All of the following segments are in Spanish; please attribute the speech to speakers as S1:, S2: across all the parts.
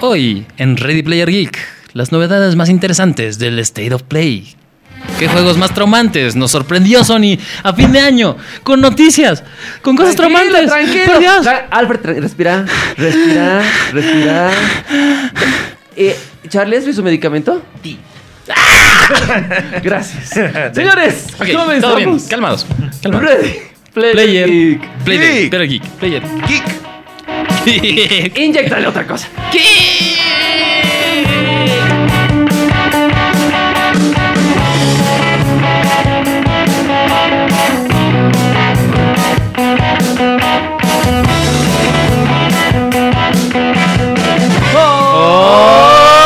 S1: Hoy, en Ready Player Geek, las novedades más interesantes del State of Play. ¿Qué juegos más traumantes nos sorprendió Sony a fin de año? Con noticias, con cosas traumantes. Por Dios.
S2: Tra- Alfred, tra- respira, respira, respira. Eh, ¿Charles y su medicamento? Sí. Gracias. Señores,
S1: Ok,
S2: comenzamos.
S1: todo bien, calmados. calmados.
S2: Ready, player,
S1: Player.
S2: Geek.
S1: Player,
S3: Geek.
S1: pero geek, player.
S3: Geek.
S1: Geek.
S2: Inyéctale otra cosa.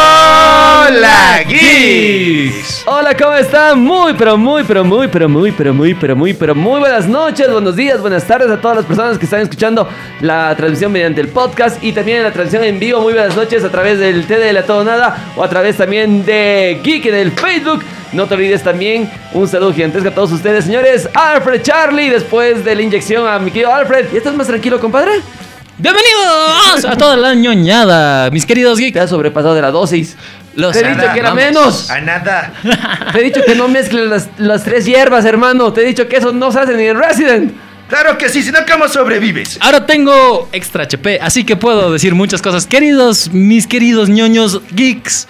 S3: Hola, Geeks.
S2: Hola, ¿cómo están? Muy, pero muy, pero muy, pero muy, pero muy, pero muy, pero muy buenas noches, buenos días, buenas tardes a todas las personas que están escuchando la transmisión mediante el podcast y también la transmisión en vivo. Muy buenas noches a través del TDL a todo nada o a través también de Geek en el Facebook. No te olvides también un saludo gigantesco a todos ustedes, señores. Alfred Charlie, después de la inyección a mi querido Alfred. ¿Ya estás más tranquilo, compadre?
S1: Bienvenidos a toda la ñoñada, mis queridos
S2: Te
S1: geeks.
S2: has sobrepasado de la dosis.
S1: Los
S2: Te he dicho
S3: amamos.
S2: que era menos.
S3: A nada.
S2: Te he dicho que no mezcles las, las tres hierbas, hermano. Te he dicho que eso no se hace ni en Resident.
S3: Claro que sí, si no, ¿cómo sobrevives?
S1: Ahora tengo extra HP, así que puedo decir muchas cosas. Queridos, mis queridos ñoños geeks,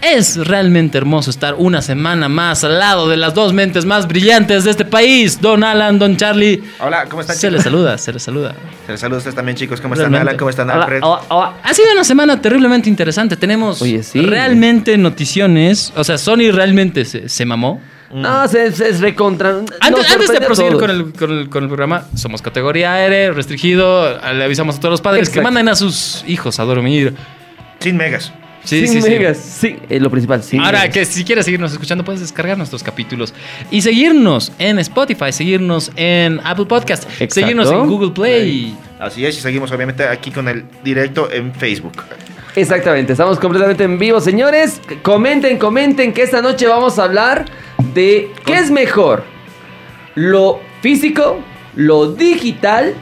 S1: es realmente hermoso estar una semana más al lado de las dos mentes más brillantes de este país, Don Alan, Don Charlie.
S3: Hola, ¿cómo están?
S1: Se
S3: chicos?
S1: les saluda, se les saluda.
S3: Se les saluda a ustedes también, chicos. ¿Cómo están,
S1: Realmente.
S3: Alan? ¿Cómo están,
S2: Ahora-
S3: Alfred?
S2: ahora- ahora-
S1: Ha sido una semana terriblemente interesante. Tenemos
S2: Oye, sí.
S1: realmente noticiones. O sea, Sony realmente se, se mamó.
S2: No, se, se recontra.
S1: Mm. Antes,
S2: nos
S1: antes de
S2: sorprende a
S1: proseguir
S2: todos.
S1: con el, con, el, con el programa, somos categoría R, restringido. Le avisamos a todos los padres que
S2: Exacto.
S1: manden a sus hijos a dormir.
S3: Sin megas.
S1: Sí,
S2: Sin
S1: sí, sí.
S2: megas, sí, es lo principal. sin
S1: Ahora
S2: megas.
S1: que si quieres seguirnos escuchando, puedes descargar nuestros capítulos y seguirnos en Spotify, seguirnos en Apple Podcast,
S2: Exacto.
S1: seguirnos en Google Play.
S3: Así es, y seguimos obviamente aquí con el directo en Facebook.
S2: Exactamente, estamos completamente en vivo, señores. Comenten, comenten que esta noche vamos a hablar de qué es mejor: lo físico, lo digital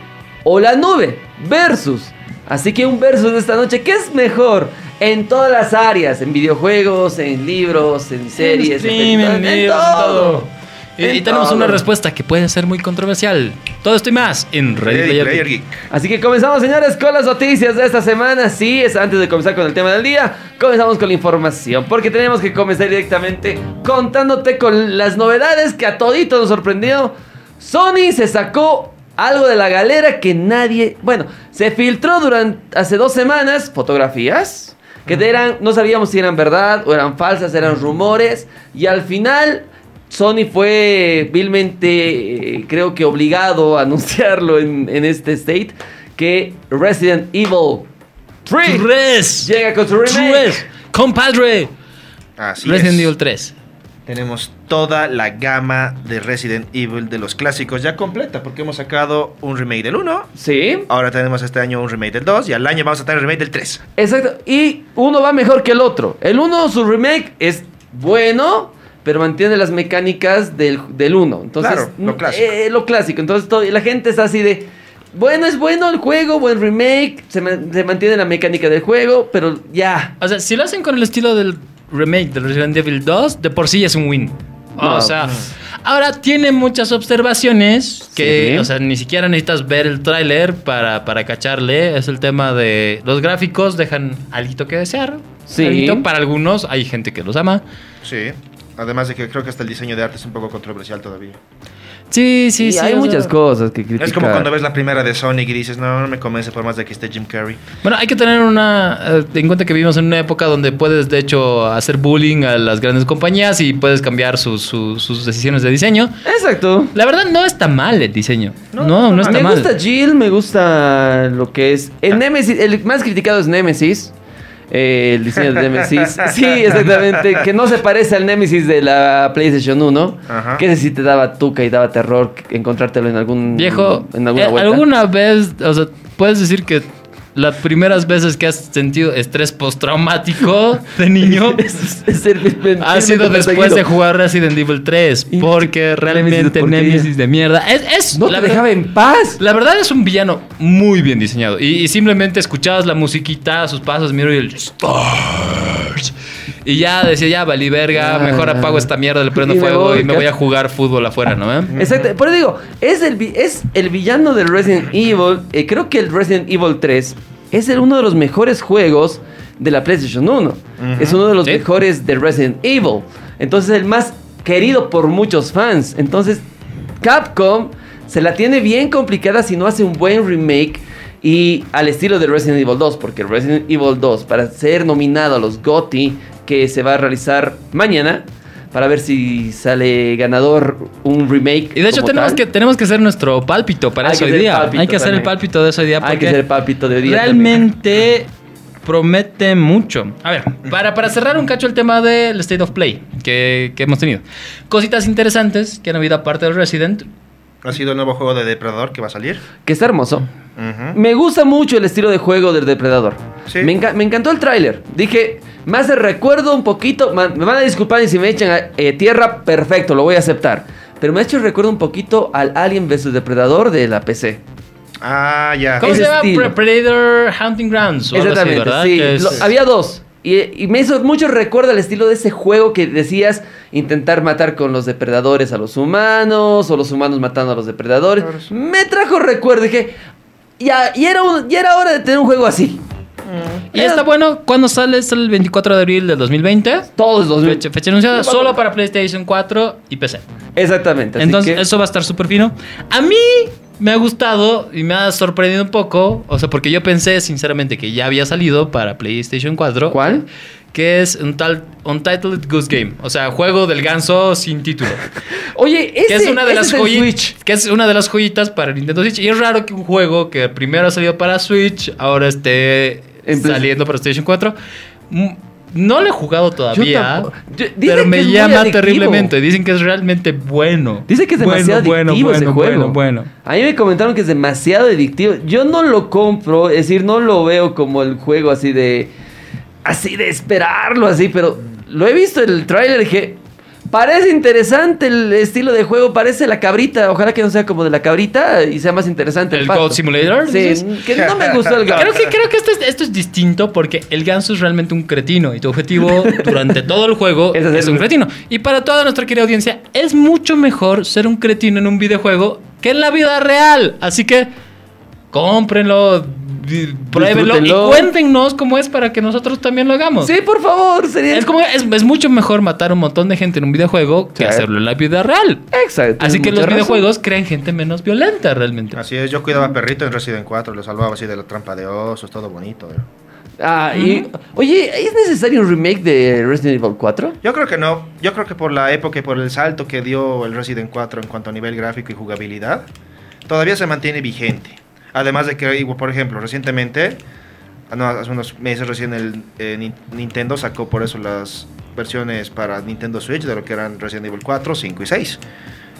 S2: o la nube. Versus. Así que un versus de esta noche, ¿qué es mejor? En todas las áreas, en videojuegos, en libros, en series, en,
S1: streaming,
S2: películas, en
S1: videos,
S2: todo.
S1: Y,
S2: En
S1: y tenemos
S2: todo.
S1: una respuesta que puede ser muy controversial. Todo esto y más en Ready
S3: Ready
S1: Player
S3: Player
S1: Geek.
S3: Geek.
S2: Así que comenzamos, señores, con las noticias de esta semana. Sí, es antes de comenzar con el tema del día, comenzamos con la información, porque tenemos que comenzar directamente contándote con las novedades que a todito nos sorprendió. Sony se sacó algo de la galera que nadie, bueno, se filtró durante hace dos semanas fotografías que eran, no sabíamos si eran verdad o eran falsas, eran rumores y al final Sony fue vilmente, eh, creo que obligado a anunciarlo en, en este state, que Resident Evil 3
S1: Tres.
S2: llega con su
S1: Tres.
S2: remake.
S1: Compadre.
S3: Así
S1: Resident
S3: es.
S1: Evil 3.
S3: Tenemos toda la gama de Resident Evil de los clásicos ya completa, porque hemos sacado un remake del 1.
S2: Sí,
S3: Ahora tenemos este año un remake del 2 y al año vamos a tener el remake del 3.
S2: exacto. Y uno va mejor que el otro. El uno, su remake, es bueno, pero mantiene las mecánicas del, del uno. Entonces,
S3: Claro, lo
S2: mm,
S3: clásico.
S2: eh, lo clásico. Entonces, todo- la gente está así de... Bueno, es bueno el juego, buen remake, se, ma- se mantiene la mecánica del juego, pero ya,
S1: O sea, si lo hacen con el estilo del remake de Resident Evil 2, de por sí es un win. O
S2: No.
S1: sea, ahora tiene muchas observaciones que,
S2: Sí.
S1: o sea, ni siquiera necesitas ver el tráiler para, para cacharle. Es el tema de los gráficos, dejan algo que desear.
S2: Sí.
S1: Alguito para algunos, hay gente que los ama.
S3: Sí. Además de que creo que hasta el diseño de arte es un poco controversial todavía.
S1: Sí, sí,
S2: Y
S1: sí.
S2: hay
S1: o sea,
S2: muchas cosas que criticar.
S3: Es como cuando ves la primera de Sonic y dices, no, no me convence por más de que esté Jim Carrey.
S1: Bueno, hay que tener una eh, en cuenta que vivimos en una época donde puedes de hecho hacer bullying a las grandes compañías y puedes cambiar sus, sus- sus decisiones de diseño.
S2: Exacto.
S1: La verdad no está mal el diseño. No,
S3: No,
S1: no,
S3: no, no.
S1: está
S2: me
S1: mal.
S2: gusta Jill, me gusta lo que es. El Nemesis, el más criticado es Nemesis. eh, el diseño de Nemesis. Sí, exactamente. Que no se parece al Nemesis de la PlayStation 1.
S3: Ajá.
S2: Que ese sí te daba tuca y daba terror encontrártelo en algún.
S1: Viejo,
S2: En alguna
S1: eh,
S2: vuelta.
S1: alguna vez, o sea, puedes decir que las primeras veces que has sentido estrés postraumático de niño
S2: Es- es el- el-
S1: ha
S2: el-
S1: sido
S2: el-
S1: después de
S2: perseguido.
S1: jugar Resident Evil 3.
S2: Y-
S1: Porque realmente
S2: Nemesis de porquería.
S1: Nemesis de mierda. Es, es-
S2: No
S1: la verdad-
S2: te dejaba en paz.
S1: La verdad es un villano muy bien diseñado. Y, y simplemente escuchabas la musiquita, sus pasos, miro y el Stars. Y ya decía, ya valí verga,
S2: Ah.
S1: mejor apago esta mierda, le prendo
S2: Y me
S1: fuego
S2: voy,
S1: y me voy a
S2: cacho.
S1: jugar fútbol afuera, ¿no? eh?
S2: Exacto, por eso digo, es el, vi- es el villano del Resident Evil. eh, creo que el Resident Evil 3 es el- uno de los mejores juegos de la PlayStation 1. Es uno de los
S1: Sí.
S2: mejores de Resident Evil. Entonces, el más querido por muchos fans. Entonces, Capcom se la tiene bien complicada si no hace un buen remake. Y al estilo de Resident Evil 2, porque Resident Evil 2, para ser nominado a los GOTY, que se va a realizar mañana, para ver si sale ganador un remake.
S1: Y de hecho
S2: como
S1: tenemos
S2: tal.
S1: que, tenemos que hacer nuestro pálpito para
S2: Hay
S1: eso hoy
S2: que hacer el
S1: día.
S2: pálpito
S1: Hay que hacer el
S2: también.
S1: pálpito de eso hoy día porque
S2: Hay que ser papito de hoy día.
S1: realmente promete mucho. A ver, para, para cerrar un cacho el tema del State of Play que, que hemos tenido. Cositas interesantes que han habido aparte del Resident.
S3: Ha sido el nuevo juego de Depredador que va a salir.
S2: también. Que está hermoso.
S3: Ujú.
S2: Me gusta mucho el estilo de juego del Depredador.
S3: Sí.
S2: Me, enca- me encantó el tráiler. Dije, me hace recuerdo un poquito. ma- me van a disculpar y si me echan eh, tierra, perfecto, lo voy a aceptar. Pero me ha hecho recuerdo un poquito al Alien vs Depredador de la PC.
S3: Ah, ya.
S1: ¿Cómo
S2: Ese
S1: se llama? Pre-
S2: estilo.
S1: Predator Hunting Grounds. o algo así,
S2: Exactamente,
S1: ¿verdad?
S2: sí.
S1: Que es- eh,
S2: Lo- había dos. Y, y me hizo mucho recuerdo al estilo de ese juego que decías intentar matar con los depredadores a los humanos o los humanos matando a los depredadores.
S3: Claro, sí.
S2: Me trajo recuerdo, dije, ya, y era, un- ya era hora de tener un juego así.
S1: Y está bueno. ¿Cuándo sale? Sale el 24 de abril del 2020.
S2: Todos los...
S1: Fecha, fecha anunciada solo para PlayStation 4 y PC.
S2: Exactamente. así
S1: Entonces,
S2: que-
S1: eso va a estar súper fino. A mí me ha gustado y me ha sorprendido un poco. O sea, porque yo pensé, sinceramente, que ya había salido para PlayStation 4.
S2: ¿Cuál?
S1: Que es un tal Untitled Goose Game. O sea, juego del ganso sin título.
S2: Oye, ese,
S1: que es una de
S2: ese
S1: las
S2: es el
S1: joyitas.
S2: Switch.
S1: Que es una de las joyitas para Nintendo Switch. Y es raro que un juego que primero ha salido para Switch ahora esté
S2: En Play-
S1: saliendo para PlayStation 4. Mm, No lo he jugado todavía.
S2: tampoco. Yo- dicen
S1: pero
S2: que
S1: me
S2: es muy
S1: llama
S2: adictivo.
S1: terriblemente. Dicen que es realmente bueno.
S2: Dice que es
S1: Bueno,
S2: demasiado
S1: bueno,
S2: adictivo ese
S1: bueno,
S2: juego.
S1: Bueno, bueno.
S2: A mí me comentaron que es demasiado adictivo. Yo no lo compro, es decir, no lo veo como el juego así de. Así de esperarlo, así, pero lo he visto en el tráiler y dije. Parece interesante el estilo de juego, parece la cabrita. Ojalá que no sea como de la cabrita y sea más interesante.
S1: ¿El
S2: pato.
S1: Goat Simulator, dices?
S2: Sí, que no me gustó el Goat.
S1: Creo que, creo que esto, es, esto es distinto porque el ganso es realmente un cretino y tu objetivo durante todo el juego
S2: Es
S1: es,
S2: hacer-
S1: un cretino. Y para toda nuestra querida audiencia, es mucho mejor ser un cretino en un videojuego que en la vida real. Así que cómprenlo, vi- pruébenlo y
S2: Disfrútenlo.
S1: cuéntenos cómo es para que nosotros también lo hagamos.
S2: Sí, por favor, sería.
S1: Es, como, es, es mucho mejor matar un montón de gente en un videojuego que
S2: Sí.
S1: hacerlo en la vida real.
S2: Exacto. tienes
S1: Así que los
S2: mucha razón.
S1: videojuegos crean gente menos violenta realmente.
S3: Así es, yo cuidaba a perrito en Resident 4, lo salvaba así de la trampa de osos, todo bonito. eh.
S2: Ah, y. Oye, ¿es necesario un remake de Resident Evil 4?
S3: Yo creo que no, yo creo que por la época y por el salto que dio el Resident 4 en cuanto a nivel gráfico y jugabilidad, todavía se mantiene vigente. Además de que, igual, por ejemplo, recientemente, ah, no, hace unos meses recién el eh, Nin- Nintendo sacó por eso las versiones para Nintendo Switch de lo que eran Resident Evil 4, 5 y 6.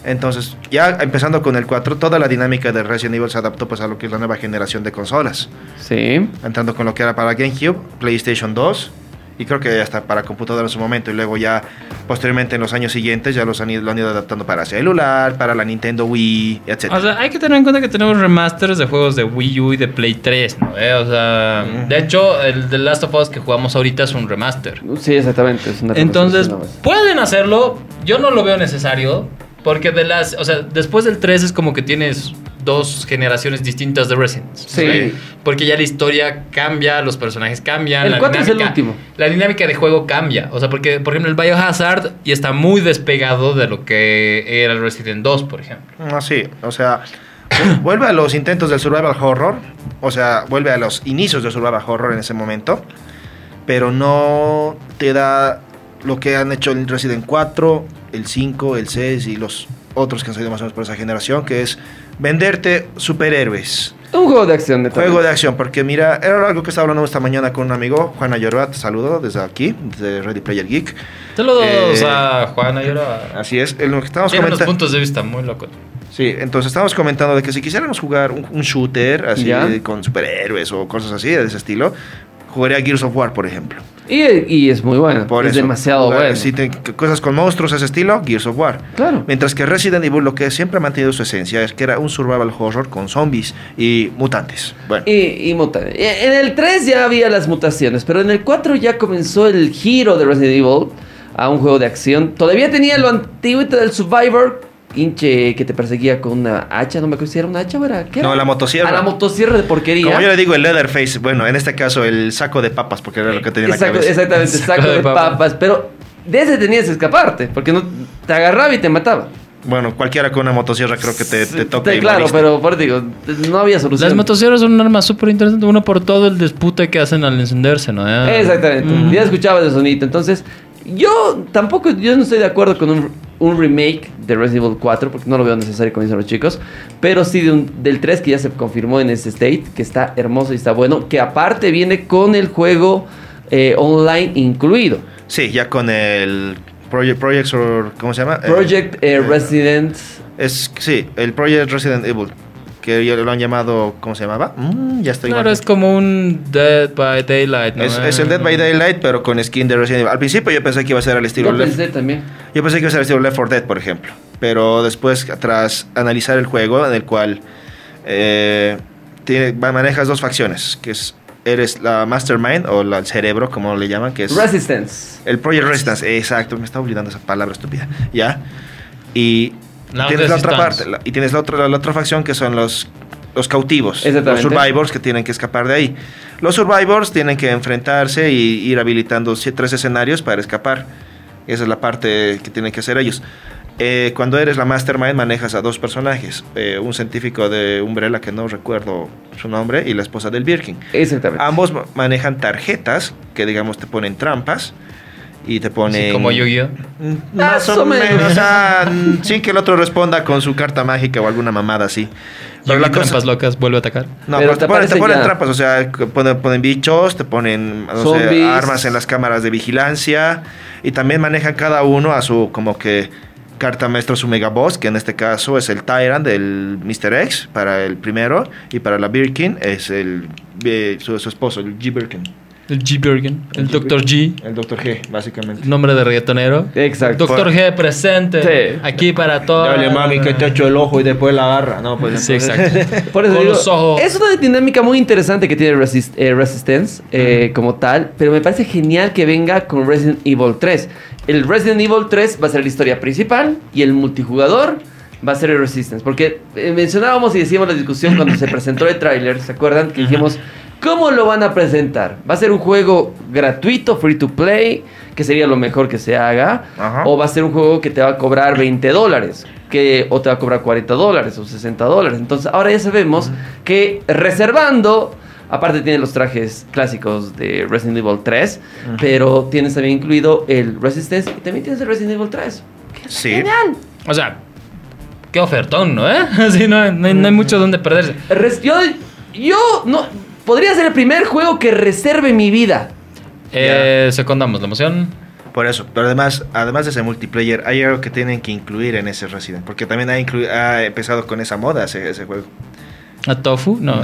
S3: Entonces, ya empezando con el 4, toda la dinámica de Resident Evil se adaptó pues a lo que es la nueva generación de consolas.
S2: Sí.
S3: entrando con lo que era para GameCube, PlayStation 2 y creo que hasta para computadora en su momento y luego ya posteriormente en los años siguientes ya los han ido, lo han ido adaptando para celular, para la Nintendo Wii, etc.
S1: O sea, hay que tener en cuenta que tenemos remasters de juegos de Wii U y de Play 3, ¿no? Eh, O sea, de hecho, el The Last of Us que jugamos ahorita es un remaster.
S2: Sí, exactamente. es una
S1: Entonces,
S2: remasterización nomás.
S1: pueden hacerlo. Yo no lo veo necesario. Porque de las. O sea, después del 3 es como que tienes dos generaciones distintas de Resident.
S2: Sí.
S1: ¿ok? Porque ya la historia cambia, los personajes cambian.
S2: El
S1: la
S2: cuatro es el
S1: dinámica-
S2: último.
S1: La dinámica de juego cambia. O sea, porque, por ejemplo, el Biohazard y está muy despegado de lo que era el Resident 2, por ejemplo.
S3: Ah, sí, o sea, vu- vuelve a los intentos del survival horror, o sea, vuelve a los inicios del survival horror en ese momento, pero no te da lo que han hecho el Resident 4, el 5, el 6 y los otros que han salido más o menos por esa generación, que es venderte superhéroes.
S2: Un juego de acción, neta.
S3: Juego de acción, porque mira, era algo que estaba hablando esta mañana con un amigo, Juana Yorba, te saludo desde aquí, desde Ready Player Geek.
S1: Saludos
S3: Eh,
S1: a Juana y ahora.
S3: Así es, en lo que estábamos
S1: Tiene unos
S3: comentando.
S1: puntos de vista muy locos.
S3: Sí, entonces estábamos comentando de que si quisiéramos jugar un, un shooter así
S2: Ya.
S3: con superhéroes o cosas así de ese estilo, jugaría Gears of War, por ejemplo.
S2: Y, y es muy bueno.
S3: Por
S2: es
S3: eso,
S2: demasiado
S3: jugar
S2: bueno.
S3: así, te- que- cosas con monstruos ese estilo, Gears of War.
S2: Claro.
S3: Mientras que Resident Evil lo que siempre ha mantenido su esencia es que era un survival horror con zombies y mutantes. Bueno,
S2: Y, y muta- eh, En el 3 ya había las mutaciones, pero en el 4 ya comenzó el giro de Resident Evil a un juego de acción. Todavía tenía lo antiguito del Survivor, hinche que te perseguía con una hacha, no me acuerdo si era una hacha o era qué. era?
S3: No, la motosierra.
S2: A la motosierra de porquería.
S3: como yo le digo, el Leatherface, bueno, en este caso el saco de papas, porque era lo que tenía en la
S2: Exacto-
S3: cabeza.
S2: exactamente, saco, de,
S1: papa.
S2: papas, pero de ese tenías que escaparte, porque no te agarraba y te mataba.
S3: Bueno, cualquiera con una motosierra creo que te, te toca.
S2: Sí,
S3: y
S2: claro,
S3: moriste.
S2: pero por digo, no había solución.
S1: Las motosierras son un arma súper interesante, uno por todo el dispute que hacen al encenderse, ¿no? Ya-
S2: Exactamente.
S1: Mm.
S2: Ya escuchabas el sonido. Entonces, yo tampoco, yo no estoy de acuerdo con un, un remake de Resident Evil 4, porque no lo veo necesario, como dicen los chicos. Pero sí de un- del 3, que ya se confirmó en este state, que está hermoso y está bueno. Que aparte viene con el juego eh, online incluido.
S3: Sí, ya con el Project, Projects or- ¿cómo se llama? Eh,
S2: Project eh,
S3: eh,
S2: Resident.
S3: Es, sí, el Project Resident Evil, que ya lo han llamado, ¿cómo se llamaba? Mm, ya estoy
S1: Claro,
S3: mal.
S1: es como un Dead by Daylight, ¿no? Ah.
S3: Es- es el Dead by Daylight, pero con skin de Resident Evil. Al principio yo pensé que iba a ser al estilo
S2: Yo
S3: Left-
S2: pensé también.
S3: Yo pensé que iba a ser estilo Left 4 Dead, por ejemplo. Pero después, tras analizar el juego, en el cual eh, tiene- ma- manejas dos facciones, que es eres la Mastermind o la, el cerebro, como le llaman, que es
S2: Resistance.
S3: el Project Resistance. Exacto, me estaba olvidando esa palabra estúpida. Ya. Y
S1: La
S3: tienes la otra
S1: Resistance.
S3: parte, la- y tienes la otra, la otra facción que son los los cautivos, los
S2: Exactamente.
S3: survivors que tienen que escapar de ahí. Los survivors tienen que enfrentarse y ir habilitando si- tres escenarios para escapar. Esa es la parte que tienen que hacer ellos. Eh, cuando eres la mastermind manejas a dos personajes, eh, un científico de Umbrella que no recuerdo su nombre y la esposa del Birkin.
S2: Exactamente.
S3: Ambos ma- manejan tarjetas que digamos te ponen trampas y te ponen
S1: Así como Yu-Gi-Oh.
S3: Mm, Más
S2: Más
S3: o
S2: o menos.
S3: menos. ah, mm, sí, que el otro responda con su carta mágica o alguna mamada así. Pero
S1: Yu-Gi
S3: la cosa-
S1: trampas locas, vuelve a atacar.
S3: No,
S2: Pero
S3: pero
S2: te
S3: te, ponen, te
S2: aparecen
S3: ponen
S2: ya.
S3: trampas, o sea, que ponen, ponen bichos, te ponen no sé,
S2: Zombies.
S3: armas en las cámaras de vigilancia y también manejan cada uno a su como que carta maestra, su mega boss, que en este caso es el Tyrant del Mr. X para el primero y para la Birkin es el eh, su, su esposo, el G. Birkin,
S1: El G. Bergen, el Dr. G.
S3: el Dr. G, básicamente.
S1: Nombre de reggaetonero.
S2: Exacto.
S1: Doctor G presente.
S2: Sí.
S1: Aquí para todos.
S3: echo el ojo y después la agarra. No, pues
S1: Sí, exacto.
S2: Por eso
S1: Con
S2: digo,
S1: los ojos.
S2: Es una dinámica muy interesante que tiene Resist- eh, Resistance eh, como tal, pero me parece genial que venga con Resident Evil 3. El Resident Evil 3 va a ser la historia principal y el multijugador va a ser el Resistance. Porque eh, mencionábamos y decíamos la discusión cuando se presentó el tráiler, ¿se acuerdan? Que dijimos, ¿cómo lo van a presentar? ¿Va a ser un juego gratuito, free to play, que sería lo mejor que se haga?
S3: Ajá.
S2: ¿O va a ser un juego que te va a cobrar 20 dólares, que, o te va a cobrar 40 dólares o 60 dólares. Entonces ahora ya sabemos que reservando, aparte tiene los trajes clásicos de Resident Evil 3, pero tienes también incluido el Resistance y también tienes el Resident Evil 3. ¡Qué
S3: Sí.
S2: genial!
S1: O sea, qué ofertón, ¿no? ¿Eh? Sí, no, hay- no hay- no hay mucho donde perderse.
S2: Res- yo, yo no... Podría ser el primer juego que reserve mi vida.
S1: Eh, Secondamos la emoción.
S3: Por eso, pero además, además de ese multiplayer, hay algo que tienen que incluir en ese Resident, porque también ha, inclu- ha empezado con esa moda ese, ese juego.
S1: ¿A Tofu? No.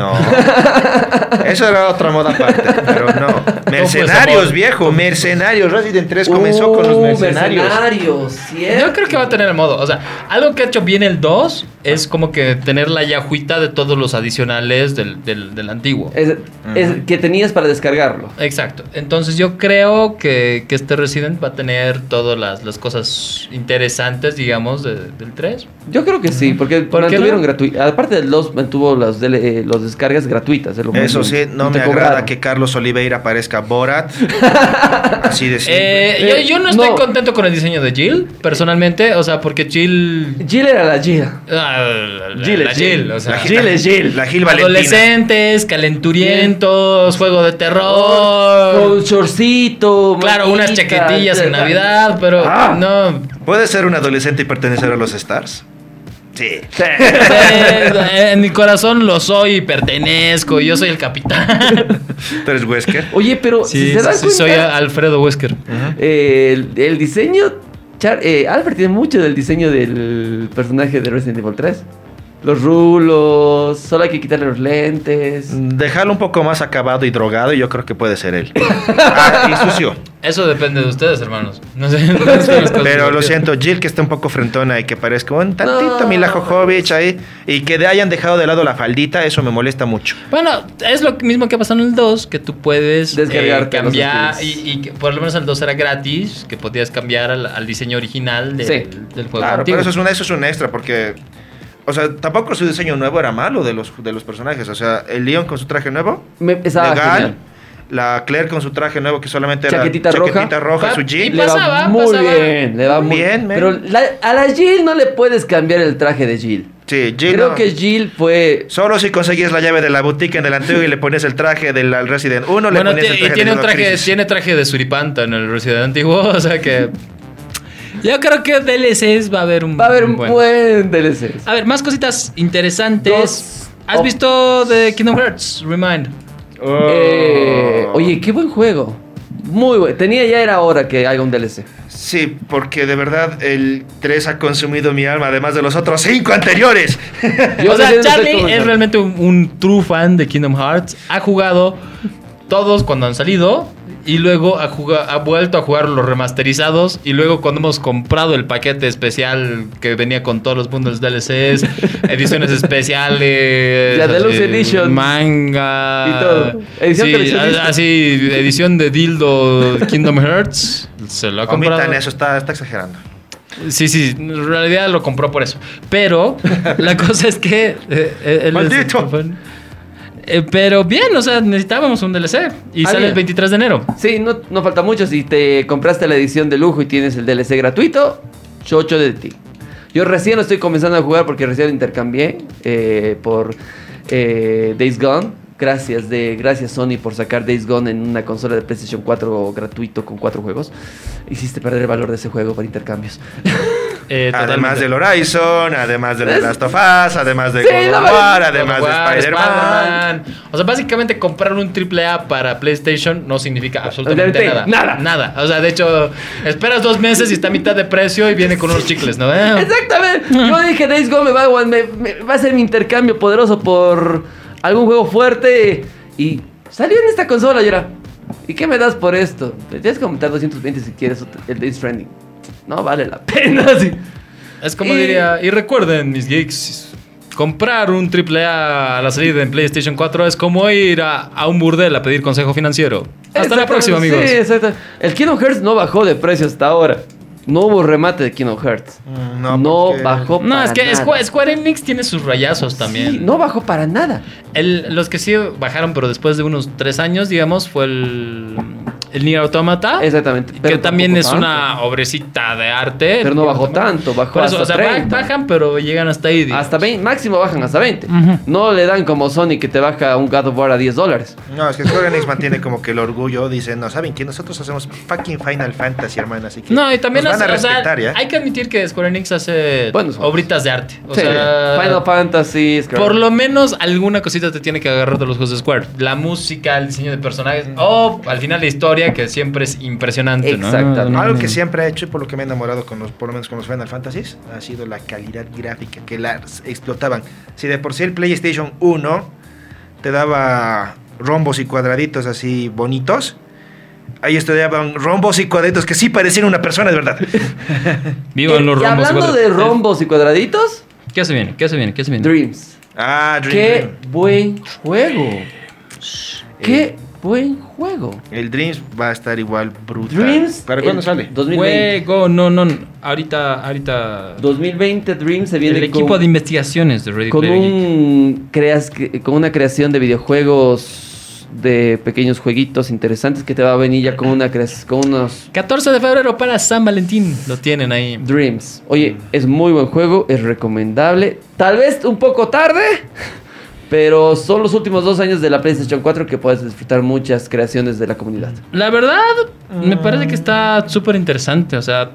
S3: Eso era otra moda aparte, pero no.
S1: esa moda.
S3: Mercenarios, viejo, mercenarios. Resident 3 comenzó con los
S2: Uh,
S3: mercenarios.
S2: mercenarios, ¿cierto?
S1: Yo creo que va a tener el modo. O sea, algo que ha hecho bien el 2 es como que tener la yajuita de todos los adicionales del, del- del antiguo.
S2: Es- es que tenías para descargarlo.
S1: Exacto. Entonces yo creo que, que este Resident va a tener todas las, las cosas interesantes, digamos, de- del 3.
S2: Yo creo que sí, porque
S1: ¿Por qué
S2: mantuvieron
S1: no?
S2: gratuito. Aparte de los mantuvo las del- eh, los descargas gratuitas. es lo
S3: Eso
S2: mismo.
S3: sí, no
S2: te
S3: me
S2: cobraron.
S3: agrada que Carlos Oliveira parezca Borat. Así de simple.
S1: Eh, yo, yo no estoy
S2: No.
S1: contento con el diseño de Jill, personalmente. O sea, porque Jill.
S2: Jill era la Jill.
S1: Ah, la- la-
S2: Jill
S1: la
S2: es
S1: Jill,
S2: Jill.
S1: o sea.
S3: La
S2: Jill es Jill.
S3: La Gil Valentina.
S1: Adolescentes, calenturientos, juego de
S2: Con un
S1: terror.
S2: shortcito.
S1: Claro, unas
S2: manguitas,
S1: chaquetillas en
S2: etcétera.
S1: Navidad, pero
S2: Ah.
S1: no.
S3: ¿Puede ser un adolescente y pertenecer a los Stars? Sí.
S1: Eh, en mi corazón lo soy y pertenezco. Yo soy el capitán.
S3: Tú eres Wesker.
S2: Oye, pero si
S1: Sí,
S2: se
S1: sí,
S2: dan
S1: sí, soy
S2: cuenta,
S1: Alfredo Wesker.
S2: eh, el, el diseño Char- eh, Albert tiene mucho del diseño del personaje de Resident Evil 3. Los rulos, solo hay que quitarle los lentes.
S3: Mm. Dejarlo un poco más acabado y drogado y yo creo que puede ser él. Ah, y sucio.
S1: Eso depende de ustedes, hermanos. No sé. no sé las cosas
S3: Pero lo
S1: divertidas.
S3: siento, Jill que está un poco frentona y que parezca un tantito
S2: No.
S3: Mila Jovovich ahí y que de- hayan dejado de lado la faldita, eso me molesta mucho.
S1: Bueno, es lo mismo que pasó en el 2, que tú puedes eh,
S2: Descargarte los
S1: cambiar,
S2: skins.
S1: y, y que por lo menos el 2 era gratis, que podías cambiar al, al diseño original de-
S2: Sí.
S1: del juego
S3: Claro,
S1: antiguo.
S3: pero eso es, un, eso es un extra porque... O sea, tampoco su diseño nuevo era malo de los, de los personajes. O sea, el Leon con su traje nuevo,
S2: Me, estaba
S3: legal.
S2: genial.
S3: La Claire con su traje nuevo que solamente
S2: Chaquetita
S3: era
S2: roja.
S3: chaquetita roja,
S1: Pa-
S3: su
S1: y
S3: jean.
S2: le va
S1: pasaba,
S2: muy
S1: pasaba.
S2: bien, le va muy
S3: Bien,
S2: bien.
S3: men.
S2: Pero la- a la Jill no le puedes cambiar el traje de Jill.
S3: Sí, Jill
S2: Creo
S3: no.
S2: que Jill fue.
S3: Solo si conseguías la llave de la boutique en el antiguo y le ponías el traje del al Resident 1, le
S1: Bueno,
S3: ponías
S1: ti-
S3: el
S1: y
S3: traje
S1: tiene
S3: de
S1: un traje,
S3: Crisis.
S1: tiene traje de suripanta en el Resident antiguo, o sea que... Yo creo que DLCs va a haber un
S2: Va a haber un
S1: buen.
S2: buen DLC.
S1: A ver, más cositas interesantes.
S2: Dos.
S1: ¿Has
S2: Oh.
S1: visto de Kingdom Hearts? Remind.
S3: Oh.
S2: Eh, oye, qué buen juego. Muy bueno. Tenía ya era hora que haga un DLC.
S3: Sí, porque de verdad el 3 ha consumido mi alma, además de los otros 5 anteriores.
S2: Yo
S1: o sea,
S2: recién estoy
S1: Charlie es
S2: comenzando.
S1: realmente un, un true fan de Kingdom Hearts. Ha jugado todos cuando han salido. Y luego ha, juga- ha vuelto a jugar los remasterizados. Y luego cuando hemos comprado el paquete especial que venía con todos los bundles DLCs, ediciones especiales.
S2: La Deluxe
S1: eh,
S2: Edition.
S1: Manga.
S2: Y todo. Edición
S1: sí,
S2: coleccionista.
S1: a- así, edición de Dildo Kingdom Hearts. Se lo ha comprado.
S3: Omitan eso, está, está exagerando.
S1: Sí, sí, en realidad lo compró por eso. Pero la cosa es que. eh, eh, él es-
S3: Maldito.
S1: Eh, pero bien, o sea, necesitábamos un DLC. Y
S2: Ah,
S1: sale
S2: bien.
S1: el 23 de enero.
S2: Sí, no, no falta mucho. Si te compraste la edición de lujo y tienes el DLC gratuito, chocho de ti. Yo recién lo estoy comenzando a jugar porque recién lo intercambié eh, por eh, Days Gone. Gracias, de, gracias Sony por sacar Days Gone en una consola de PlayStation 4 gratuito con cuatro juegos. Hiciste perder el valor de ese juego para intercambios.
S1: Eh,
S3: Además
S1: totalmente.
S3: del Horizon, además de The
S2: Es-
S3: Last of Us, además de
S2: Sí,
S3: God
S2: no
S3: of
S2: me-
S3: War,
S1: God of
S3: además de
S1: War,
S3: Spider-Man.
S1: Spider-Man. O sea, básicamente comprar un AAA para PlayStation no significa absolutamente nada.
S2: Absolutamente
S1: Nada. O sea, de hecho, esperas dos meses y está a mitad de precio y viene con unos chicles, ¿no? Eh,
S2: Exactamente. Yo dije, Days Gone me va, a- me- me- va a ser mi intercambio poderoso por algún juego fuerte. Y salió en esta consola, y era. ¿Y qué me das por esto? Te Tienes que aumentar 220 si quieres el Days Stranding. No vale la pena. sí.
S1: Es como
S2: Y-
S1: diría, y recuerden, mis geeks, comprar un AAA a la salida en PlayStation 4 es como ir a, a un burdel a pedir consejo financiero. Hasta la
S2: Exactamente,
S1: próxima, amigos.
S2: Sí, exacto. El Kingdom Hearts no bajó de precio hasta ahora. No hubo remate de Kingdom Hearts.
S3: Mm,
S2: No,
S3: no, porque-
S2: bajó para
S1: No, es que
S2: nada.
S1: Squ- Square Enix tiene sus rayazos también.
S2: Sí, no bajó para nada.
S1: El- los que sí bajaron, pero después de unos tres años, digamos, fue el, el Nier Automata.
S2: Exactamente.
S1: Ah. que
S2: pero
S1: también es
S2: tampoco tanto.
S1: una obrecita de arte.
S2: Pero no bajó tanto, bajó
S1: Por eso,
S2: hasta
S1: o sea, ba-
S2: 30.
S1: bajan, pero llegan hasta ahí. digamos.
S2: Hasta 20, máximo bajan hasta 20.
S1: Ujú.
S2: No le dan como Sony que te baja un God of War a 10 dólares.
S3: No, es que Square Enix mantiene como que el orgullo, dicen, no, ¿saben que Nosotros hacemos fucking Final Fantasy, hermano, así que
S1: No, y también
S3: nos van a
S1: hace- o sea,
S3: respetar, ¿eh? ¿ya?
S1: hay que admitir que Square Enix hace
S2: Buenos juegos.
S1: obritas de arte. O
S2: Sí.
S1: sea,
S2: Final Fantasy, Scar-
S1: por lo menos alguna cosita te tiene que agarrar de los juegos de Square. La música, el diseño de personajes o al final la historia que siempre es impresionante, ¿no?
S2: Exactamente.
S1: ¿no?
S3: Algo que siempre he hecho y por lo que me he enamorado con los, por lo menos con los Final Fantasies, ha sido la calidad gráfica que las explotaban. Si de por sí el PlayStation 1 te daba rombos y cuadraditos así bonitos, ahí estudiaban rombos y cuadraditos que sí parecían una persona de verdad.
S1: Vivan los
S2: Eh, Y
S1: rombos.
S2: hablando de rombos y cuadraditos,
S1: ¿Qué se viene? ¿Qué se viene? ¿Qué se viene?
S2: Dreams.
S3: Ah, Dream.
S2: Qué
S3: Dream.
S2: buen juego. Qué buen juego.
S3: El Dreams va a estar igual brutal.
S2: Dreams.
S3: ¿Para cuándo
S2: el
S3: sale?
S2: 2020.
S1: Juego, no, no. no. Ahorita, ahorita.
S2: 2020 Dreams se viene
S1: El equipo
S2: con,
S1: de investigaciones de Ready
S2: con
S1: Player Geek.
S2: un creas, con una creación de videojuegos de pequeños jueguitos interesantes que te va a venir ya con una creas- con unos
S1: 14 de febrero para San Valentín. Lo tienen ahí.
S2: Dreams. Oye, es muy buen juego, es recomendable. Tal vez un poco tarde, pero son los últimos dos años de la PlayStation 4 que puedes disfrutar muchas creaciones de la comunidad.
S1: La verdad, me parece que está súper interesante. O sea,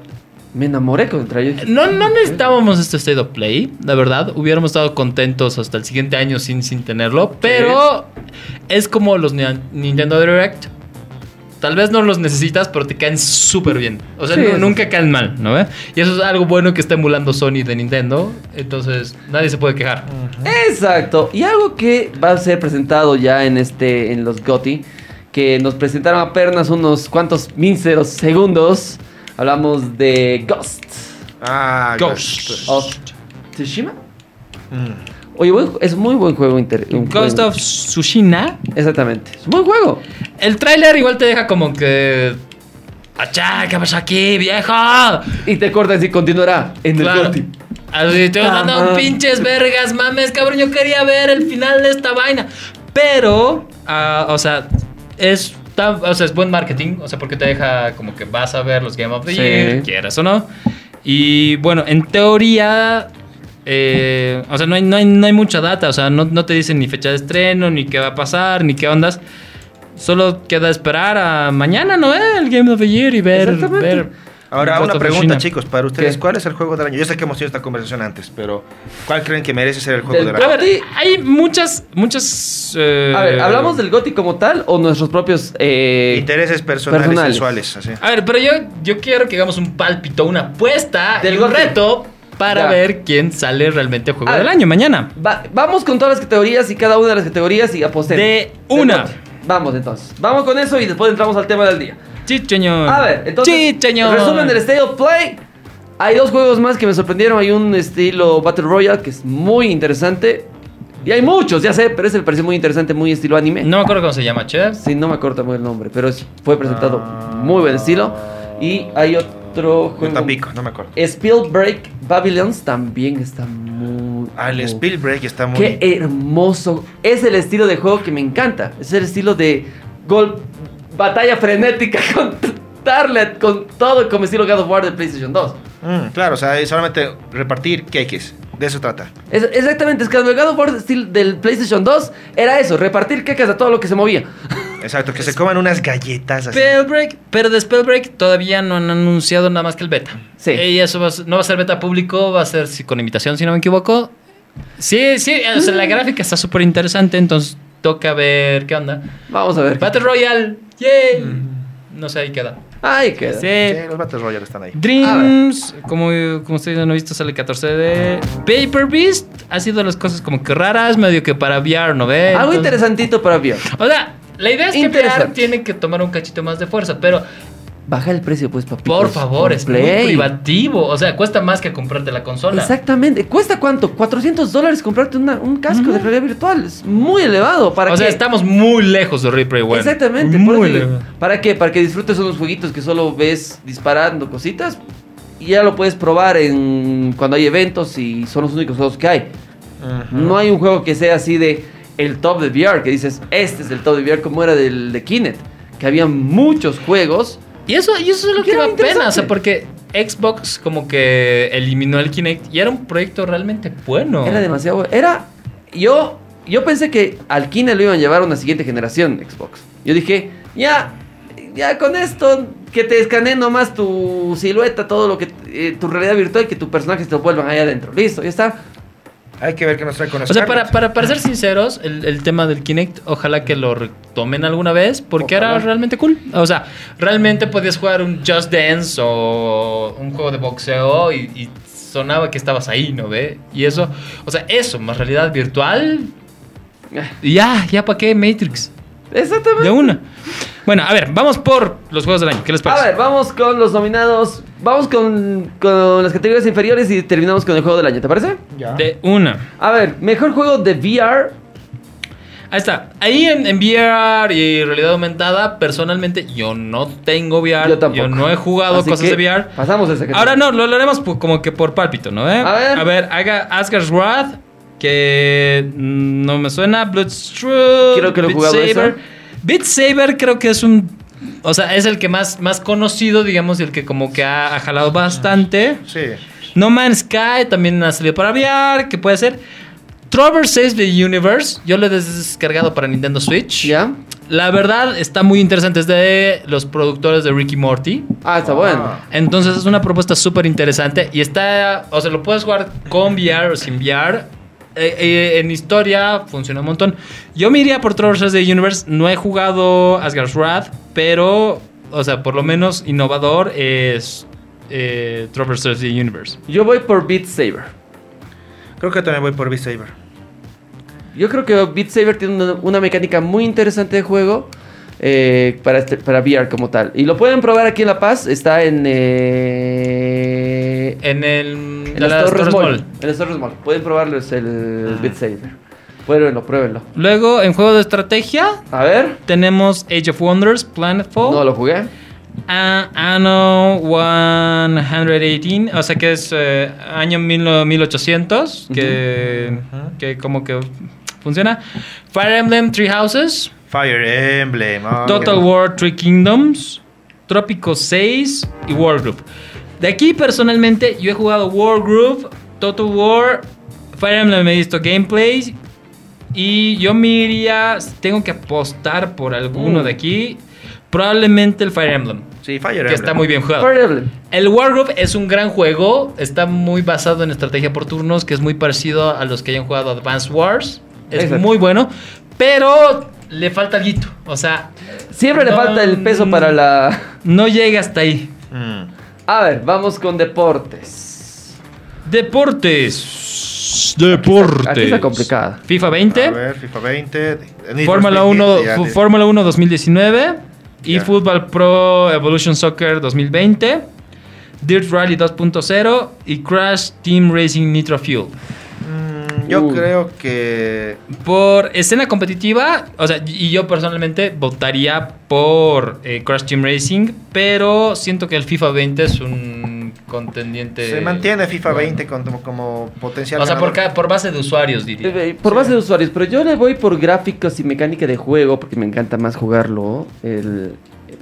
S2: Me enamoré contra ellos.
S1: no, no necesitábamos este State of Play, la verdad. Hubiéramos estado contentos hasta el siguiente año sin, sin tenerlo. Pero es como los Ni- Nintendo Direct. Tal vez no los necesitas, pero te caen súper bien. O sea,
S2: Sí,
S1: nu-
S2: eso
S1: nunca caen mal, ¿no? ve? Y eso es algo bueno que está emulando Sony de Nintendo. Entonces, nadie se puede quejar.
S2: Exacto. Y algo que va a ser presentado ya en este en los GOTY, que nos presentaron apenas unos cuantos míseros segundos. Hablamos de Ghost
S3: Ah,
S2: pues,
S1: Ghost.
S2: of Tsushima.
S3: Mm.
S2: Oye, buen ju- es muy buen juego. Inter un
S1: Ghost
S2: juego-
S1: of Tsushima.
S2: Exactamente. Es un buen juego.
S1: El tráiler igual te deja como que... ¡Achá! ¿Qué pasa aquí, viejo?
S2: Y te cortan si continuará en el
S1: Claro.
S2: GOTY.
S1: Así te van a dar
S2: Ajá.
S1: pinches vergas, mames, cabrón. Yo quería ver el final de esta vaina. Pero, ah, o sea, es. tan- o sea, es buen marketing, o sea, porque te deja como que vas a ver los Game of the
S2: Sí.
S1: Year, quieras o no. Y bueno, en teoría, eh, o sea, no hay, no, hay, no hay mucha data, o sea, no, no te dicen ni fecha de estreno, ni qué va a pasar, ni qué ondas. Solo queda esperar a mañana, ¿no? Eh? El Game of the Year y ver.
S2: Exactamente.
S1: ver
S3: Ahora,
S1: Ghost
S3: una
S1: of
S3: pregunta,
S1: Tsushima.
S3: chicos, para ustedes,
S2: ¿Qué?
S3: ¿cuál es el juego del año? Yo sé que hemos tenido esta conversación antes, pero ¿cuál creen que merece ser el juego
S2: Del
S3: del
S1: A
S3: año?
S1: ver, hay muchas, muchas... eh,
S2: A ver, ¿hablamos del GOTY como tal o nuestros propios... eh,
S3: Intereses personales,
S2: personales.
S3: sexuales, así.
S1: A ver, pero yo, yo quiero que hagamos un pálpito, una apuesta,
S2: Del
S1: del un
S2: Gotti.
S1: reto para
S2: Ya.
S1: ver quién sale realmente juego
S2: A ver.
S1: del año mañana.
S2: Va- vamos con todas las categorías y cada una de las categorías y apostemos.
S1: De una.
S2: Del GOTY. Vamos entonces. Vamos con eso y después entramos al tema del día.
S1: Chicheñón.
S2: A ver, entonces.
S1: Chicheñón.
S2: Resumen del State of Play. Hay dos juegos más que me sorprendieron. Hay un estilo Battle Royale que es muy interesante. Y hay muchos, ya sé, pero ese me pareció muy interesante, muy estilo anime.
S1: No me acuerdo cómo se llama, chefs.
S2: Sí, no me acuerdo muy el nombre, pero es- fue presentado
S3: Ah.
S2: muy buen estilo. Y hay otro
S3: Yo
S2: juego.
S3: tampoco, no me acuerdo.
S2: Break Babylons también está muy.
S1: Ah,
S3: Al
S2: muy-
S3: Spiel Break está muy...
S2: Qué hermoso. Es el estilo de juego que me encanta. Es el estilo de gol, batalla frenética con t- Tarlet, con todo como estilo God of War de PlayStation 2.
S3: Mm, claro, o sea, es solamente repartir cakes. De eso trata.
S2: Es- exactamente, es que el God of War estil- del PlayStation 2 era eso, repartir quecas a todo lo que se movía.
S3: Exacto, que se coman unas galletas así.
S1: Spellbreak, pero de Spellbreak todavía no han anunciado nada más que el beta.
S2: Sí.
S1: Y eso va a ser- no va a ser beta público, va a ser si- con invitación, si no me equivoco. Sí, sí, o sea, la gráfica está súper interesante, entonces toca ver qué onda.
S2: Vamos a ver.
S1: Battle Royale, yay. No sé, ahí queda.
S2: Ay, qué.
S1: Sí.
S3: Sí, los Battle Royale están ahí.
S1: Dreams, como, como ustedes han visto, sale el 14 de Paper Beast. Ha sido de las cosas como que raras, medio que para VR, ¿no ve?
S2: Algo
S1: Entonces-
S2: interesantito para VR.
S1: O sea, la idea es que VR
S2: Interesante.
S1: tiene que tomar un cachito más de fuerza, pero
S2: Baja el precio, pues, papi.
S1: por favor, es muy privativo. O sea, cuesta más que comprarte la consola.
S2: Exactamente. ¿Cuesta cuánto? 400 dólares comprarte una- un casco de realidad virtual. Es muy elevado. ¿Para
S1: O sea,
S2: qué?
S1: estamos muy lejos de Replay One.
S2: Exactamente. por
S1: Muy
S2: eso digo,
S1: lejos.
S2: ¿Para qué? Para que disfrutes unos jueguitos que solo ves disparando cositas y ya lo puedes probar en cuando hay eventos y son los únicos juegos que hay.
S3: Mm,
S2: No hay un juego que sea así de el top de VR, que dices, este es el top de VR como era del de Kinect, que había muchos juegos.
S1: Y eso, y eso es lo
S2: Que
S1: que
S2: era
S1: da pena, o
S2: interesante.
S1: sea, porque Xbox como que eliminó el Kinect y era un proyecto realmente bueno.
S2: Era demasiado... bueno. Era... Yo, yo pensé que al Kinect lo iban a llevar a una siguiente generación Xbox. Yo dije, ya, ya con esto, que te escaneen nomás tu silueta, todo lo que... eh, tu realidad virtual, que tus personajes te lo vuelvan ahí adentro. Listo, ya está.
S3: Hay que ver qué nos trae con
S1: O sea,
S3: Scarlett.
S1: para, para, para ser sinceros, el, el tema del Kinect, ojalá que lo retomen alguna vez, porque era
S2: Ojalá.
S1: realmente cool. O sea, realmente podías jugar un Just Dance o un juego de boxeo y, y sonaba que estabas ahí, ¿no ve? Y eso, o sea, eso, más realidad virtual. y Ya, ya para qué Matrix,
S2: Eh, Exactamente.
S1: de una. Bueno, a ver, vamos por los juegos del año. ¿Qué les
S2: A
S1: parece?
S2: ver, vamos con los nominados. Vamos con, con las categorías inferiores y terminamos con el juego del año, ¿te parece?
S3: Ya.
S1: De una.
S2: A ver, mejor juego de VR.
S1: Ahí está. Ahí en, en VR y realidad aumentada, personalmente yo no tengo VR.
S2: Yo tampoco.
S1: no he jugado
S2: Así
S1: cosas
S2: que
S1: de VR.
S2: Pasamos esa categoría.
S1: Ahora no, lo hablaremos pu- como que por pálpito, ¿no? eh?
S2: A ver.
S1: haga Asgard's Wrath, que mm, no me suena. Bloodstruck.
S2: Creo que lo he
S1: Beat
S2: jugado eso.
S1: Saber. Beat Saber creo que es un... O sea, es el que más, más conocido, digamos, y el que como que ha, ha jalado bastante.
S3: Sí.
S1: No Man's Sky también ha salido para VR, que puede ser. Trover Saves the Universe, yo lo he descargado para Nintendo Switch.
S2: ¿Ya?
S1: La verdad está muy interesante, es de los productores de Ricky Morty.
S2: Ah, está
S3: Ah.
S2: bueno.
S1: Entonces es una propuesta súper interesante y está, o sea, lo puedes jugar con VR o sin VR. eh, eh, en historia funciona un montón. Yo me iría por Traversers of the Universe. No he jugado Asgard's Wrath, pero, o sea, por lo menos innovador es eh, Traversers of the Universe.
S2: Yo voy por Beat Saber.
S3: Creo que también voy por Beat Saber.
S2: Yo creo que Beat Saber tiene una, una mecánica muy interesante de juego eh, para, este- para VR como tal. Y lo pueden probar aquí en La Paz. Está en... eh,
S1: En el.
S2: en
S1: de las Torres Ah. Mall.
S2: En las Torres Mall. Pueden probarlo es el Beat Saber. Pruébenlo, pruébenlo.
S1: Luego, en juego de estrategia,
S2: A ver.
S1: tenemos Age of Wonders, Planetfall.
S2: No lo jugué.
S1: A- Anno 118, o sea que es eh, año 1800, que, que como que funciona. Fire Emblem Three Houses,
S3: Fire Emblem. ah,
S1: Total
S3: ok.
S1: War Three Kingdoms, Trópico 6 y War Group. De aquí personalmente yo he jugado War Group, Total War, Fire Emblem he visto gameplays y yo me iría, si tengo que apostar por alguno de aquí, probablemente el Fire Emblem.
S3: Sí, Fire
S1: Que
S3: Emblem.
S1: está muy bien jugado.
S2: Fire Emblem.
S1: El Wargroove es un gran juego, está muy basado en estrategia por turnos, que es muy parecido a los que hayan jugado Advanced Wars. Es
S2: Exacto.
S1: muy bueno, pero le falta algo. O sea,
S2: Siempre le
S1: No,
S2: falta el peso
S1: mm.
S2: para la...
S1: no llega hasta ahí.
S3: Mm.
S2: A ver, vamos con deportes.
S1: Deportes.
S2: Aquí está complicada.
S1: FIFA
S3: A
S1: 20,
S3: ver, FIFA 20. Need for
S1: Fórmula
S3: Speed
S1: 1,
S3: 15, ya,
S1: fu-
S3: de-
S1: Fórmula 1 2019 y
S3: Ya.
S1: Football Pro Evolution Soccer 2020, Dirt Rally 2.0 y Crash Team Racing Nitro Fuel.
S3: Mm, yo
S2: Uy.
S3: creo que.
S1: Por escena competitiva, o sea, y yo personalmente votaría por eh, Crash Team Racing, pero siento que el FIFA 20 es un contendiente.
S3: Se mantiene FIFA
S1: bueno.
S3: 20 como, como potencial.
S1: O sea, por,
S3: ganador.
S1: ca- por base de usuarios, diría.
S2: Eh, eh, Por
S3: Sí.
S2: base de usuarios, pero yo le voy por gráficos y mecánica de juego, porque me encanta más jugarlo. El,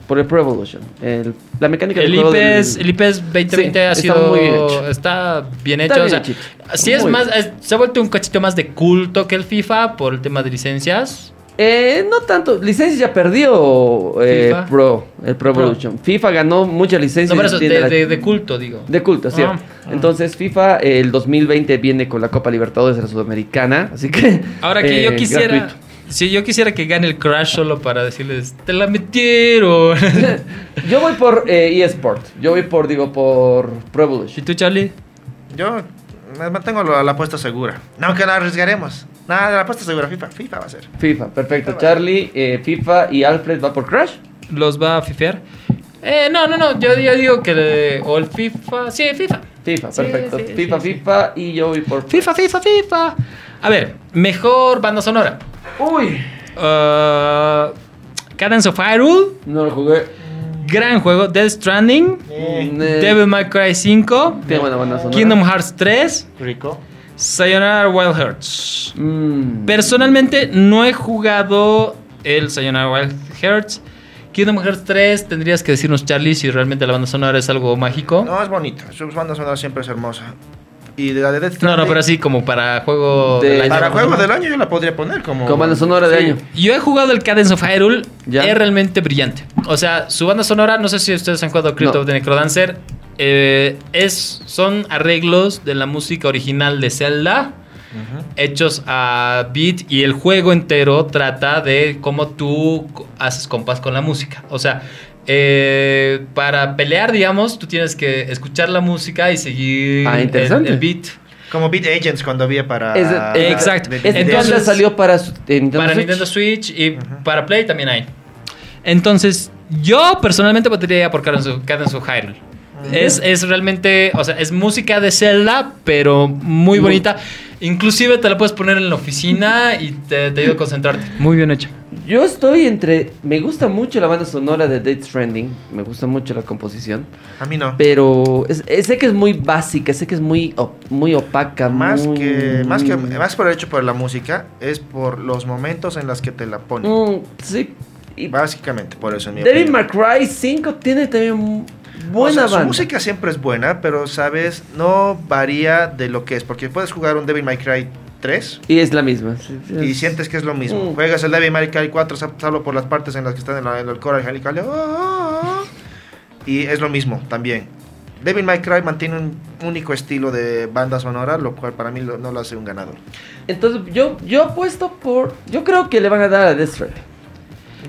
S2: por el Pro Evolution. El- la mecánica
S1: El
S2: de juego. del-
S1: IPES, el IPES 2020
S2: Sí,
S1: ha
S2: está
S1: sido.
S2: muy bien hecho.
S1: Está bien hecho.
S2: Está
S1: o
S2: bien
S1: sea,
S2: hecho.
S1: sí es
S2: Muy
S1: más. es- se ha vuelto un cachito más de culto que el FIFA por el tema de licencias.
S2: Eh, no tanto. Licencia ya perdió eh,
S1: FIFA.
S2: Pro, el Pro
S1: Pro.
S2: Evolution. FIFA ganó muchas licencias.
S1: No, pero eso,
S2: tiene
S1: de,
S2: la-
S1: de- de culto, digo.
S2: de culto, ¿cierto?
S1: Ah, ah.
S2: Entonces, FIFA eh, el 2020 viene con la Copa Libertadores de la Sudamericana, así que.
S1: Ahora que
S2: eh,
S1: yo quisiera.
S2: gratuito.
S1: Si yo quisiera que gane el Crash solo para decirles, te la metieron.
S2: Yo voy por eh, eSport. Yo voy por, digo, por Pro Evolution.
S1: ¿Y tú, Charlie?
S3: Yo me mantengo la, la apuesta segura. No, que la arriesgaremos. Nada, la apuesta segura. FIFA, FIFA va a ser.
S2: FIFA, perfecto. Charlie, eh, FIFA y Alfred va por Crash.
S1: ¿Los va a fifear? Eh, no, no, no. Yo, yo digo que. le- o el FIFA. Sí, FIFA.
S2: FIFA,
S1: Sí,
S2: perfecto.
S1: sí,
S2: FIFA,
S1: sí, sí.
S2: FIFA y yo voy por
S1: FIFA, FIFA, FIFA. A ver, mejor banda sonora.
S2: Uy,
S1: Uh, Cadence of Hyrule,
S2: no lo jugué.
S1: gran juego. Death Stranding,
S2: Eh,
S1: Devil May Cry 5,
S2: Tiene buena banda sonora.
S1: Kingdom Hearts 3,
S3: Rico.
S1: Sayonara Wild Hearts.
S2: Mm.
S1: Personalmente no he jugado el Sayonara Wild Hearts. Kingdom Hearts 3, tendrías que decirnos, Charlie, si realmente la banda sonora es algo mágico. No,
S3: No, es bonito. Su banda sonora siempre es hermosa. Y de la de Death
S1: no,
S3: Stranding,
S1: pero así como para juego
S2: De-
S1: del año.
S3: Para juego del año yo la podría poner como.
S2: Mm, Con banda sonora de año.
S1: Yo he jugado el Cadence of Hyrule,
S2: Ya.
S1: es realmente brillante. O sea, su banda sonora, no sé si ustedes han jugado Crypt
S2: No.
S1: of the Necrodancer, eh, es, son arreglos de la música original de Zelda hechos a beat y el juego entero trata de cómo tú co- haces compás con la música. O sea, eh, para pelear, digamos, tú tienes que escuchar la música y seguir
S2: Ah,
S1: el-
S2: interesante.
S1: el beat.
S3: Como Beat Agents cuando había para.
S2: Es-
S3: para-
S2: eh,
S1: exacto.
S3: de- de-
S2: Este
S1: Entonces-
S2: banda salió para su- eh, Nintendo
S1: para
S2: Switch.
S1: Nintendo Switch y para Play también hay. Entonces, yo personalmente votaría por Cadence of, Cadence of Hyrule. Es, es realmente, o sea, es música de Zelda, pero muy
S2: Muy-
S1: bonita. Inclusive te la puedes poner en la oficina y te, te ayuda a concentrarte. Muy bien hecha.
S2: Yo estoy entre. Me gusta mucho la banda sonora de Death Stranding. Me gusta mucho la composición.
S3: A mí no.
S2: Pero es- eh, sé que es muy básica, sé que es muy, op- muy opaca.
S3: Más
S2: muy-
S3: que, más que más por el hecho por la música es por los momentos en las que te la ponen.
S2: Mm, sí. Y
S3: Básicamente por eso en mi
S2: Devil
S3: opinión.
S2: May Cry 5 tiene también buena
S3: O sea, su
S2: banda.
S3: música siempre es buena, pero sabes, no varía de lo que es, porque puedes jugar un Devil May Cry 3
S2: Y es la misma. sí, sí,
S3: y
S2: es-
S3: sientes que es lo mismo.
S2: Mm.
S3: Juegas el Devil May Cry 4, sab- salvo por las "Ah". partes en las que están en, la- en el coro angelical, oh, oh, oh, y es lo mismo también. Devil May Cry mantiene un único estilo de banda sonora, lo cual para mí lo- no lo hace un ganador.
S2: Entonces, yo, yo apuesto por. Yo creo que le van a dar a Death Stranding.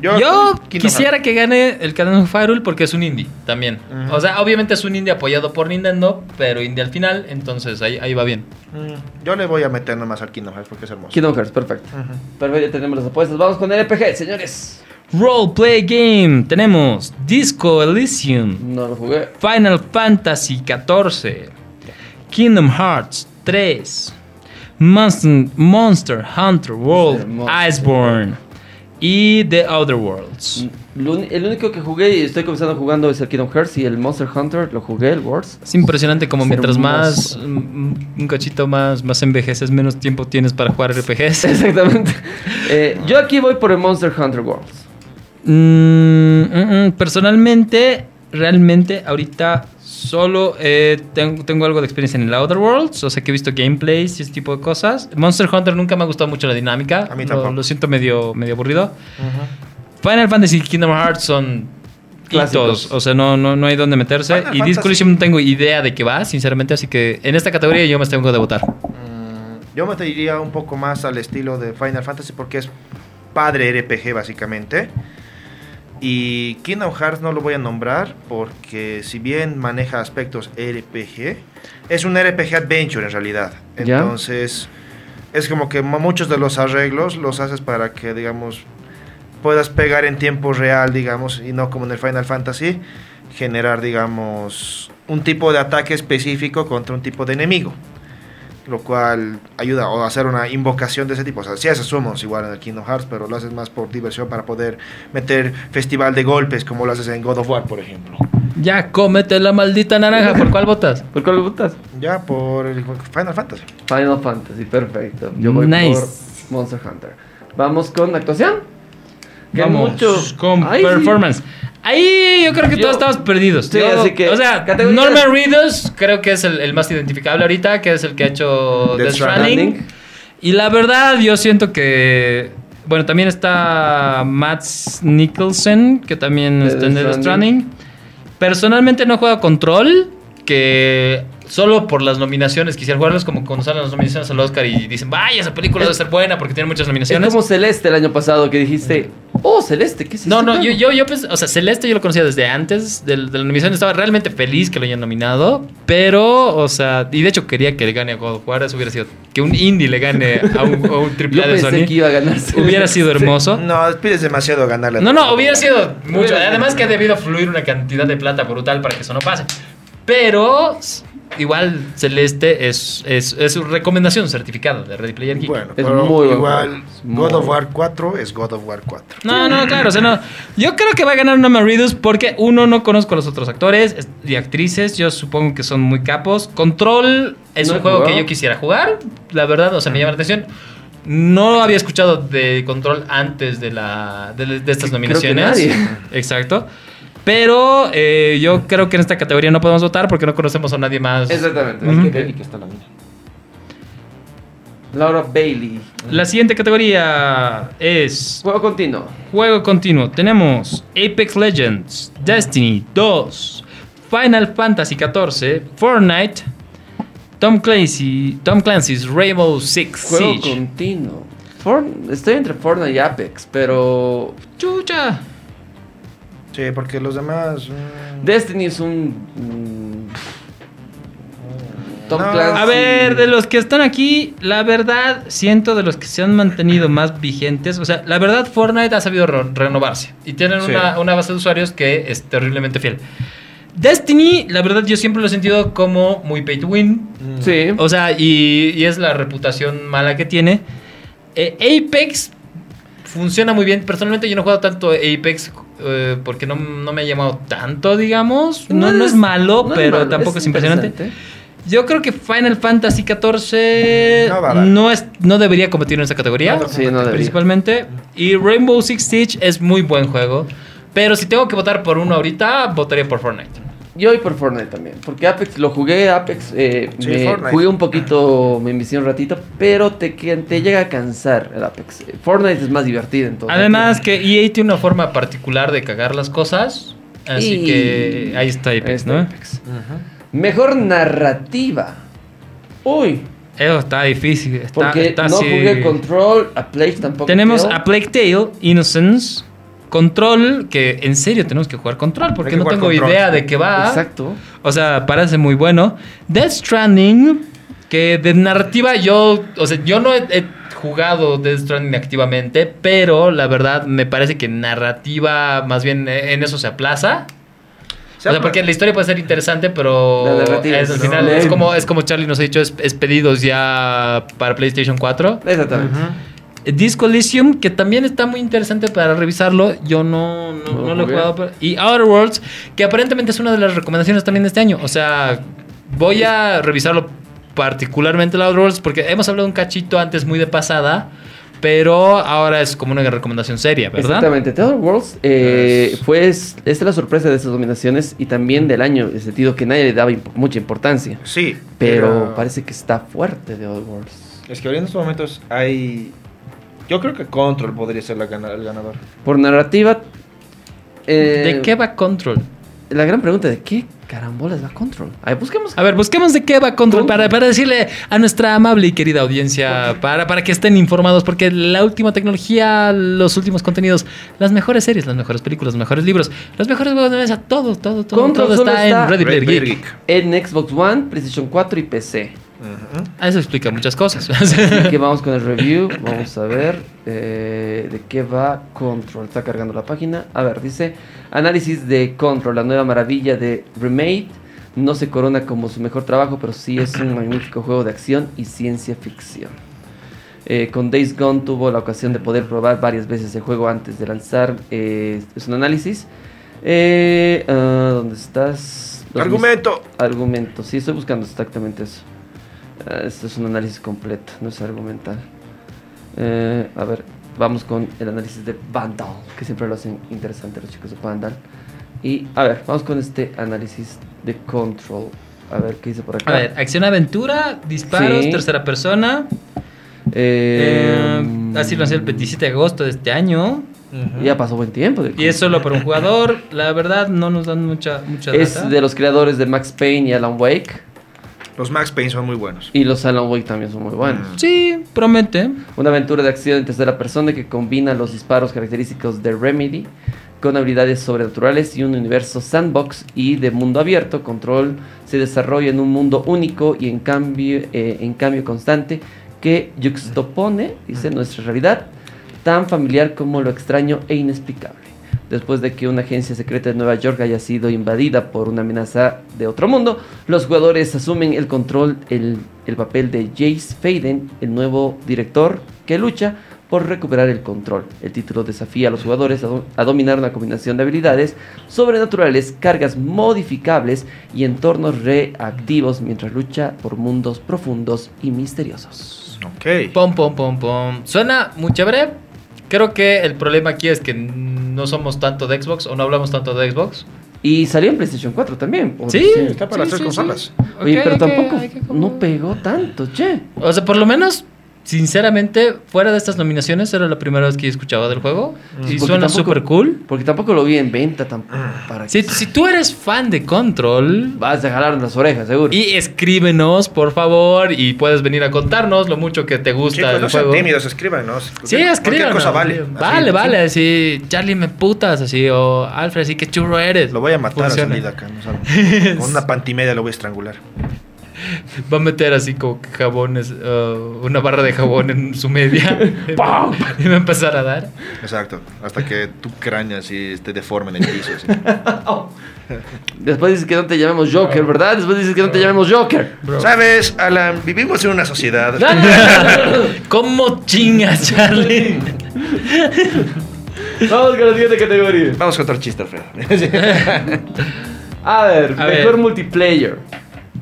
S1: Yo,
S3: Kingdom
S1: quisiera
S3: Hearts.
S1: que gane el Canon Firewall porque es un indie también.
S3: Ujú.
S1: O sea, obviamente es un indie apoyado por Nintendo, pero indie al final, entonces ahí, ahí va bien.
S3: Mm, Yo le voy a meter nomás al Kingdom Hearts porque es hermoso.
S2: Kingdom Hearts, perfecto.
S3: Ujú.
S2: Perfecto, ya tenemos las apuestas. Vamos con el RPG, señores.
S1: Roleplay Game. Tenemos Disco Elysium,
S2: No lo jugué.
S1: Final Fantasy XIV, Kingdom Hearts 3, Monster, Monster Hunter World,
S2: Monster.
S1: Iceborne y The Other Worlds.
S2: Lo uni- el único que jugué y estoy comenzando jugando es el Kingdom Hearts y el Monster Hunter. Lo jugué, el Worlds.
S1: Es impresionante como
S2: Es
S1: mientras más
S2: hermoso.
S1: mm, un cachito más, más envejeces, menos tiempo tienes para jugar RPGs.
S2: Exactamente. Eh, yo aquí voy por el Monster Hunter Worlds.
S1: Mm, mm, mm, personalmente, realmente ahorita solo eh, tengo, tengo algo de experiencia en el Outer Worlds, o sea que he visto gameplays y ese tipo de cosas. Monster Hunter nunca me ha gustado mucho la dinámica,
S3: A mí
S1: lo,
S3: tampoco.
S1: lo siento medio, medio aburrido.
S3: Ujú.
S1: Final Fantasy y Kingdom Hearts son
S2: Clásicos.
S1: clásicos, o sea, no, no, no hay dónde meterse.
S3: Final
S1: y Disco
S3: Fantasy.
S1: Elysium no tengo idea de qué va, sinceramente, así que en esta categoría yo me tengo de votar.
S3: Mm, Yo me diría un poco más al estilo de Final Fantasy porque es padre RPG básicamente. Y Kingdom Hearts no lo voy a nombrar porque si bien maneja aspectos RPG, es un RPG Adventure en realidad.
S2: Ya.
S3: Entonces es como que mo- muchos de los arreglos los haces para que, digamos, puedas pegar en tiempo real, digamos, y no como en el Final Fantasy, generar, digamos, un tipo de ataque específico contra un tipo de enemigo. Lo cual ayuda o hacer una invocación de ese tipo. O sea, si haces summons igual en el Kingdom Hearts, pero lo haces más por diversión para poder meter festival de golpes como lo haces en God of War, por ejemplo.
S1: Ya, cómete la maldita naranja. ¿Por cuál votas?
S2: ¿Por cuál votas?
S3: Ya por el Final Fantasy.
S2: Final Fantasy, perfecto. Yo voy
S1: Nice.
S2: por Monster Hunter. Vamos con actuación. Que hay
S1: Vamos
S2: mucho-
S1: con
S2: Ay, sí.
S1: performance. Ahí yo creo que
S2: Yo-
S1: todos estamos perdidos.
S2: Sí,
S1: Yo-
S2: así que-
S1: o sea,
S2: categorías.
S1: Norman Reedus creo que es el, el más identificable ahorita, que es el que ha hecho
S3: Death
S1: Death Stranding.
S2: Stranding.
S1: Y la verdad, yo siento que. Bueno, también está Mats Nicholson, que también
S2: De
S1: está en
S2: Death
S1: Death
S2: Stranding.
S1: Stranding. Personalmente no he jugado Control, que solo por las nominaciones quisiera jugarlos, como cuando salen las nominaciones al Oscar y dicen, vaya, esa película debe ser buena porque tiene muchas
S2: Es
S1: nominaciones.
S2: como Celeste el año pasado que dijiste, oh, Celeste, ¿qué es
S1: No,
S2: este
S1: no,
S2: juego?"
S1: yo, yo, yo pensé, o sea, Celeste yo lo conocía desde antes del- de, la nominación, estaba realmente feliz que lo hayan nominado, pero, o sea, y de hecho quería que le gane a God of War, eso hubiera sido, que un indie le gane a un, a un
S2: Yo
S1: triple A de
S2: pensé que
S1: Sony,
S2: iba a ganar Celeste.
S1: hubiera sido hermoso.
S3: No, pides demasiado ganarle. a
S1: No,
S3: todo.
S1: no, hubiera sido mucho,
S2: Hubiera-
S1: además que ha debido fluir una cantidad de plata brutal para que eso no pase, pero s- igual Celeste es, es, es su recomendación certificada de Ready Player Geek.
S3: Bueno,
S2: Es
S3: pero
S2: muy buen
S3: igual
S2: juego. Es muy
S3: God of
S2: bueno.
S3: War 4 es God of War 4.
S1: No, no, claro, o sea, no. Yo creo que va a ganar Norman Reedus porque uno no conozco a los otros actores es- y actrices, yo supongo que son muy capos. Control es
S2: No
S1: un
S2: he
S1: juego
S2: jugado.
S1: que yo quisiera jugar, la verdad, o sea, me llama la atención. No había escuchado de Control antes de la de, de estas
S2: Creo que
S1: nominaciones.
S2: nadie.
S1: Exacto. Pero eh, yo creo que en esta categoría no podemos votar porque no conocemos a nadie más.
S2: Exactamente.
S1: Ujú.
S2: Laura Bailey.
S1: La siguiente categoría es
S2: Juego continuo.
S1: Juego continuo. Tenemos Apex Legends, Destiny 2, Final Fantasy XIV, Fortnite, Tom Clancy, Tom Clancy's Rainbow Six
S2: Juego
S1: Siege.
S2: continuo. Forn- Estoy entre Fortnite y Apex, pero
S1: Chucha.
S3: Sí, porque los demás. mm,
S2: Destiny es un... mm, Tom
S3: No.
S2: Clancy.
S1: A ver, de los que están aquí, la verdad, siento de los que se han mantenido más vigentes. O sea, la verdad, Fortnite ha sabido re- renovarse y tienen
S3: Sí.
S1: una, una base de usuarios que es terriblemente fiel. Destiny, la verdad, yo siempre lo he sentido como muy pay to win,
S3: mm.
S2: Sí.
S1: O sea, y, y es la reputación mala que tiene. Eh, Apex funciona muy bien. Personalmente yo no he jugado tanto Apex eh, porque no, no me ha llamado tanto, digamos. No, no es malo,
S2: no
S1: pero
S2: malo,
S1: tampoco es, impresionante.
S2: interesante.
S1: Yo creo que Final Fantasy XIV
S3: No va a
S1: no,
S3: dar.
S1: es, no debería competir en esa categoría,
S3: No,
S2: Sí, no debería.
S1: principalmente. Y Rainbow Six Siege es muy buen juego. Pero si tengo que votar por uno ahorita, votaría por Fortnite.
S2: Yo voy por Fortnite también, porque Apex lo jugué, Apex eh,
S3: Sí,
S2: me
S3: Fortnite.
S2: jugué un poquito, me envicié un ratito, pero te, que- te llega a cansar el Apex. Eh, Fortnite es más divertido entonces.
S1: Además que EA tiene una forma particular de cagar las cosas. Así
S2: Y-
S1: que ahí está Apex,
S2: Este
S1: ¿no?
S2: Apex.
S3: Ujú.
S2: Mejor narrativa. Uy,
S1: Eso está difícil. Está,
S2: porque
S1: está
S2: no
S1: así.
S2: jugué Control, a Play tampoco.
S1: Tenemos
S2: creo.
S1: a Plague Tale, Innocence, Control, que en serio tenemos que jugar Control,
S3: Hay
S1: porque
S3: que
S1: no
S3: jugar
S1: tengo
S3: Control.
S1: idea de qué va.
S2: Exacto.
S1: O sea, parece muy bueno. Death Stranding, que de narrativa yo, o sea, yo no he, he jugado Death Stranding activamente, pero la verdad me parece que narrativa más bien eh, en eso se aplaza. O sea, porque la historia puede ser interesante, pero
S2: La narrativa
S1: es, al
S2: es
S1: final
S2: lame.
S1: es como, es como Charlie nos ha dicho, es, es pedidos ya para PlayStation 4.
S2: Exactamente.
S1: Disco Elysium, que también está muy interesante para revisarlo. Yo no, no,
S2: No lo
S1: no lo he
S2: jugué.
S1: jugado. pero- Y Outer Worlds, que aparentemente es una de las recomendaciones también de este año. O sea, voy a revisarlo particularmente el Outer Worlds, porque hemos hablado un cachito antes muy de pasada, pero ahora es como una recomendación seria, ¿verdad?
S2: Exactamente. The Other Worlds eh,
S3: Es-
S2: fue es- esta es la sorpresa de estas nominaciones y también del año, en el sentido que nadie le daba imp- mucha importancia.
S3: Sí.
S2: Pero
S3: era-
S2: parece que está fuerte The Other Worlds.
S3: Es que ahorita en estos momentos hay. Yo creo que Control podría ser la gana- el ganador.
S2: Por narrativa. eh,
S1: ¿De qué va Control?
S2: La gran pregunta de qué carambolas va Control. A ver, busquemos.
S1: A ver, busquemos de qué va Control para, para decirle a nuestra amable y querida audiencia, para, para que estén informados, porque la última tecnología, los últimos contenidos, las mejores series, las mejores películas, los mejores libros, los mejores juegos de mesa, todo, todo, todo,
S2: Control
S1: todo
S2: solo
S1: está,
S2: está-
S1: en Ready Player
S3: Red Bear
S1: Geek.
S3: Geek.
S2: En Xbox One, PlayStation 4 y PC.
S3: Ujú.
S1: Ah, Eso explica muchas cosas.
S2: Así que vamos con el review. Vamos a ver eh, de qué va Control. Está cargando la página. A ver, dice: Análisis de Control, la nueva maravilla de Remade. No se corona como su mejor trabajo, pero sí es un magnífico juego de acción y ciencia ficción. Eh, con Days Gone tuvo la ocasión de poder probar varias veces el juego antes de lanzar. eh, es un análisis. Eh, ah, ¿Dónde estás? Los mis-
S3: Argumento.
S2: Argumento, sí, estoy buscando exactamente eso. Ah, Este es un análisis completo, no es argumental. Eh, a ver, vamos con el análisis de Vandal, que siempre lo hacen interesante los chicos de Vandal. Y a ver, vamos con este análisis de Control. A ver, ¿qué dice por acá?
S1: A ver, acción-aventura, disparos,
S2: Sí.
S1: tercera persona.
S2: Eh,
S1: eh,
S2: Em,
S1: así lo hace el 27 de agosto de este año.
S2: Ya pasó buen tiempo. de
S1: Y es solo para un jugador. La verdad, no nos dan mucha, mucha
S2: Control.
S1: data.
S2: Es de los creadores de Max Payne y Alan Wake.
S3: Los Max Payne son muy buenos.
S2: Y los Alan Wake también son muy buenos.
S1: Sí, promete.
S2: Una aventura de acción en tercera persona que combina los disparos característicos de Remedy con habilidades sobrenaturales y un universo sandbox y de mundo abierto. Control se desarrolla en un mundo único y en cambio, eh, en cambio constante que juxtapone, dice, nuestra realidad tan familiar como lo extraño e inexplicable. Después de que una agencia secreta de Nueva York haya sido invadida por una amenaza de otro mundo, los jugadores asumen el control, el, el papel de Jace Faden, el nuevo director que lucha por recuperar el control. El título desafía a los jugadores a, do- a dominar una combinación de habilidades sobrenaturales, cargas modificables y entornos reactivos mientras lucha por mundos profundos y misteriosos.
S3: Ok.
S1: Pom, pom, pom, pom. Suena muy chévere. Creo que el problema aquí es que no somos tanto de Xbox o no hablamos tanto de Xbox.
S2: Y salió en PlayStation 4 también. por
S1: Sí,
S2: cierto.
S3: Está para
S1: Sí,
S3: tres
S1: sí,
S3: consolas.
S1: Ok,
S2: Oye, pero
S1: hay que-
S2: tampoco
S1: hay que como-
S2: no pegó tanto, che.
S1: O sea, por lo menos, sinceramente, fuera de estas nominaciones, era la primera vez que escuchaba del
S3: Mm.
S1: juego.
S2: Sí,
S1: Y
S2: porque
S1: suena
S2: tampoco-
S1: súper cool.
S2: Porque tampoco lo vi en venta tampoco. Para
S1: Si, si tú eres fan de Control.
S2: Vas a jalar las orejas, seguro.
S1: Y escríbenos, por favor, y puedes venir a contarnos lo mucho que te gusta el
S3: Chicos, pues, no sean
S1: juego.
S3: tímidos, escríbanos.
S1: Sí,
S3: Cualquier-
S1: escríbanos.
S3: Cualquier cosa vale. Así,
S1: Vale, vale, así, Charlie, me putas, así, o Alfred, así, que churro eres.
S3: Lo voy a matar
S1: Funciona.
S3: a salida acá. no salgo. Con una pantimedia lo voy a estrangular.
S1: Va a meter así como que jabones, eh, una barra de jabón en su media. ¡Pam! y va a empezar a dar.
S3: Exacto. Hasta que tu cráneo así esté deforme en el piso. así.
S2: Después dices que no te llamemos Joker, ¿verdad? Después dices que no te llamemos Joker.
S1: Bro.
S3: Sabes, Alan, vivimos en una sociedad.
S1: ¿Cómo chingas, Charlie?
S2: Vamos con la siguiente categoría.
S3: Vamos a contar chistes, Alfredo.
S2: A ver,
S1: A
S2: mejor
S1: ver.
S2: multiplayer.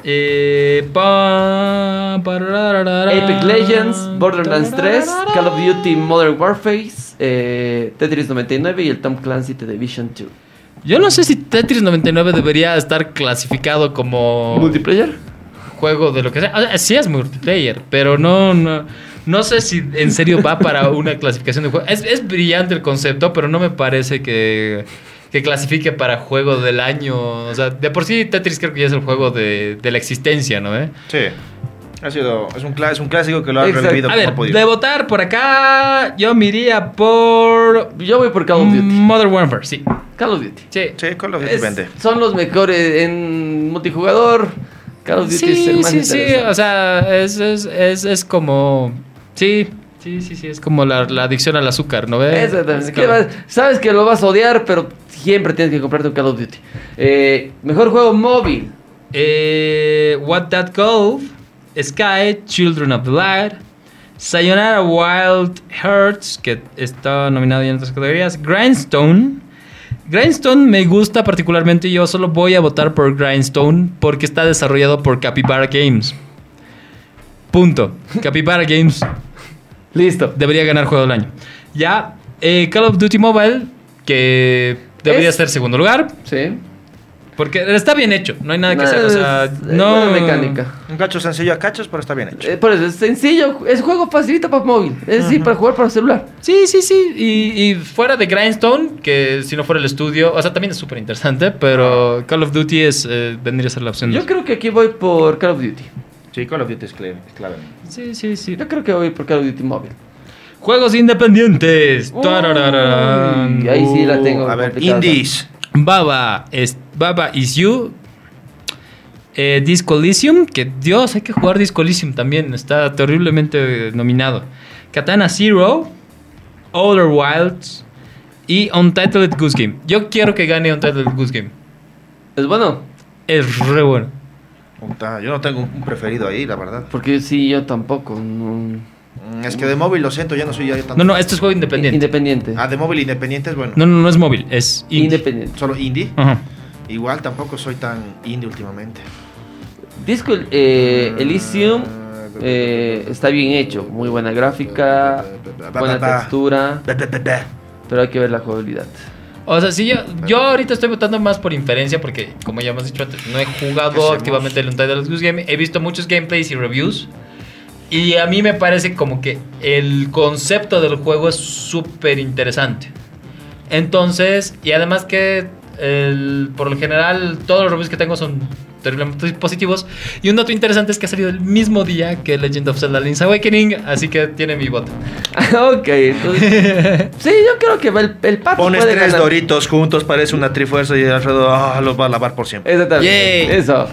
S1: eh, pa- parararara.
S2: Epic Legends, Borderlands 3, Call of Duty Modern Warfare, eh, Tetris 99 y el Tom Clancy The Division 2.
S1: Yo no sé si Tetris 99 debería estar clasificado como
S2: ¿Multiplayer?
S1: juego de lo que sea. O sea, sí es multiplayer, pero no, no, no sé si en serio va para una clasificación de juego. Es, es brillante el concepto, pero no me parece que, que clasifique para juego del año. O sea, de por sí Tetris creo que ya es el juego de, de la existencia, ¿no? eh?
S3: Sí. Ha sido, es, un cla- es un clásico que lo han
S2: Exacto.
S3: revivido
S1: A
S3: como
S1: ver,
S3: ha podido.
S1: de votar por acá, yo me iría por
S2: Yo voy por Call of Duty.
S1: Modern Warfare, sí.
S2: Call of Duty.
S1: Mm. Sí.
S3: Sí, con los
S2: Es-
S3: vende.
S2: son los mejores en multijugador. Call of Duty es el
S1: Sí,
S2: más
S1: sí, sí,
S2: interesante.
S1: o sea, es, es, es, es como... Sí, sí, sí, sí, es como la, la adicción al azúcar, ¿no ves?
S2: Exactamente.
S1: eh, Es
S2: ¿Qué
S1: como-
S2: vas- Sabes que lo vas a odiar, pero siempre tienes que comprarte un Call of Duty. Eh, mejor juego móvil.
S1: Eh, What That Cove, Sky, Children of the Light, Sayonara Wild Hearts, que está nominado ya en otras categorías, Grindstone. Grindstone me gusta particularmente, yo solo voy a votar por Grindstone porque está desarrollado por Capybara Games. Punto. Capybara Games
S2: Listo.
S1: debería ganar juego del año. Ya, eh, Call of Duty Mobile, que debería
S2: Es-
S1: ser segundo lugar,
S2: Sí.
S1: porque está bien hecho, no hay nada que
S2: No,
S1: hacer. O sea,
S2: es- es
S1: no.
S2: buena mecánica.
S3: Un cacho sencillo a cachos, pero está bien hecho.
S2: Eh, por eso es sencillo. Es juego facilito para móvil. Es decir, para jugar para celular.
S1: Sí, sí, sí. Y, y fuera de Grindstone, que si no fuera el estudio, o sea, también es súper interesante, pero Call of Duty es eh, vendría a ser la opción.
S2: Yo
S1: dos.
S2: creo que aquí voy por Call of Duty.
S3: Sí, Call of Duty es clave. es clave.
S1: Sí, sí, sí.
S2: Yo creo que voy por Call of Duty móvil.
S1: Juegos independientes.
S2: Uy,
S1: Tarararán.
S2: ahí sí la
S3: Uh,
S2: tengo.
S3: A ver,
S2: complicada.
S3: Indies.
S1: Baba, es, Baba is You. Eh, Disco Elysium, que Dios, hay que jugar Disco Elysium también, está terriblemente eh, nominado. Katana Zero, Outer Wilds y Untitled Goose Game. Yo quiero que gane Untitled Goose Game.
S2: Es bueno.
S1: Es re bueno.
S3: Puta, yo no tengo un preferido ahí, la verdad.
S2: Porque sí, yo tampoco. no-
S3: Mm, Es que de móvil, lo siento, ya no soy ya tanto.
S1: No, no, esto es juego independiente.
S2: Independiente.
S3: Ah, de móvil independiente es bueno.
S1: no, no, no es móvil, es indie.
S2: Independiente.
S3: Solo indie.
S1: Ajá.
S3: Igual tampoco soy tan indie últimamente.
S2: Disco eh, Elysium eh, está bien hecho, muy buena gráfica, buena textura,
S3: Be, be, be, be.
S2: pero hay que ver la jugabilidad.
S1: O sea, sí, yo, yo ahorita estoy votando más por inferencia porque, como ya hemos dicho antes, no he jugado
S3: hacemos?
S1: activamente el Untitled Goose Game. He visto muchos gameplays y reviews. Y a mí me parece como que el concepto del juego es súper interesante. Entonces, y además que el- por lo general todos los reviews que tengo son terriblemente positivos. Y un dato interesante es que ha salido el mismo día que Legend of Zelda Link's Awakening, así que tiene mi voto.
S2: ok, entonces. sí, yo creo que el, el pato
S3: Pones
S2: pues puede
S3: tres
S2: ganar.
S3: doritos juntos, parece una trifuerza y Alfredo ah, los va a lavar por siempre.
S2: Exactamente.
S1: Yay.
S2: Eso.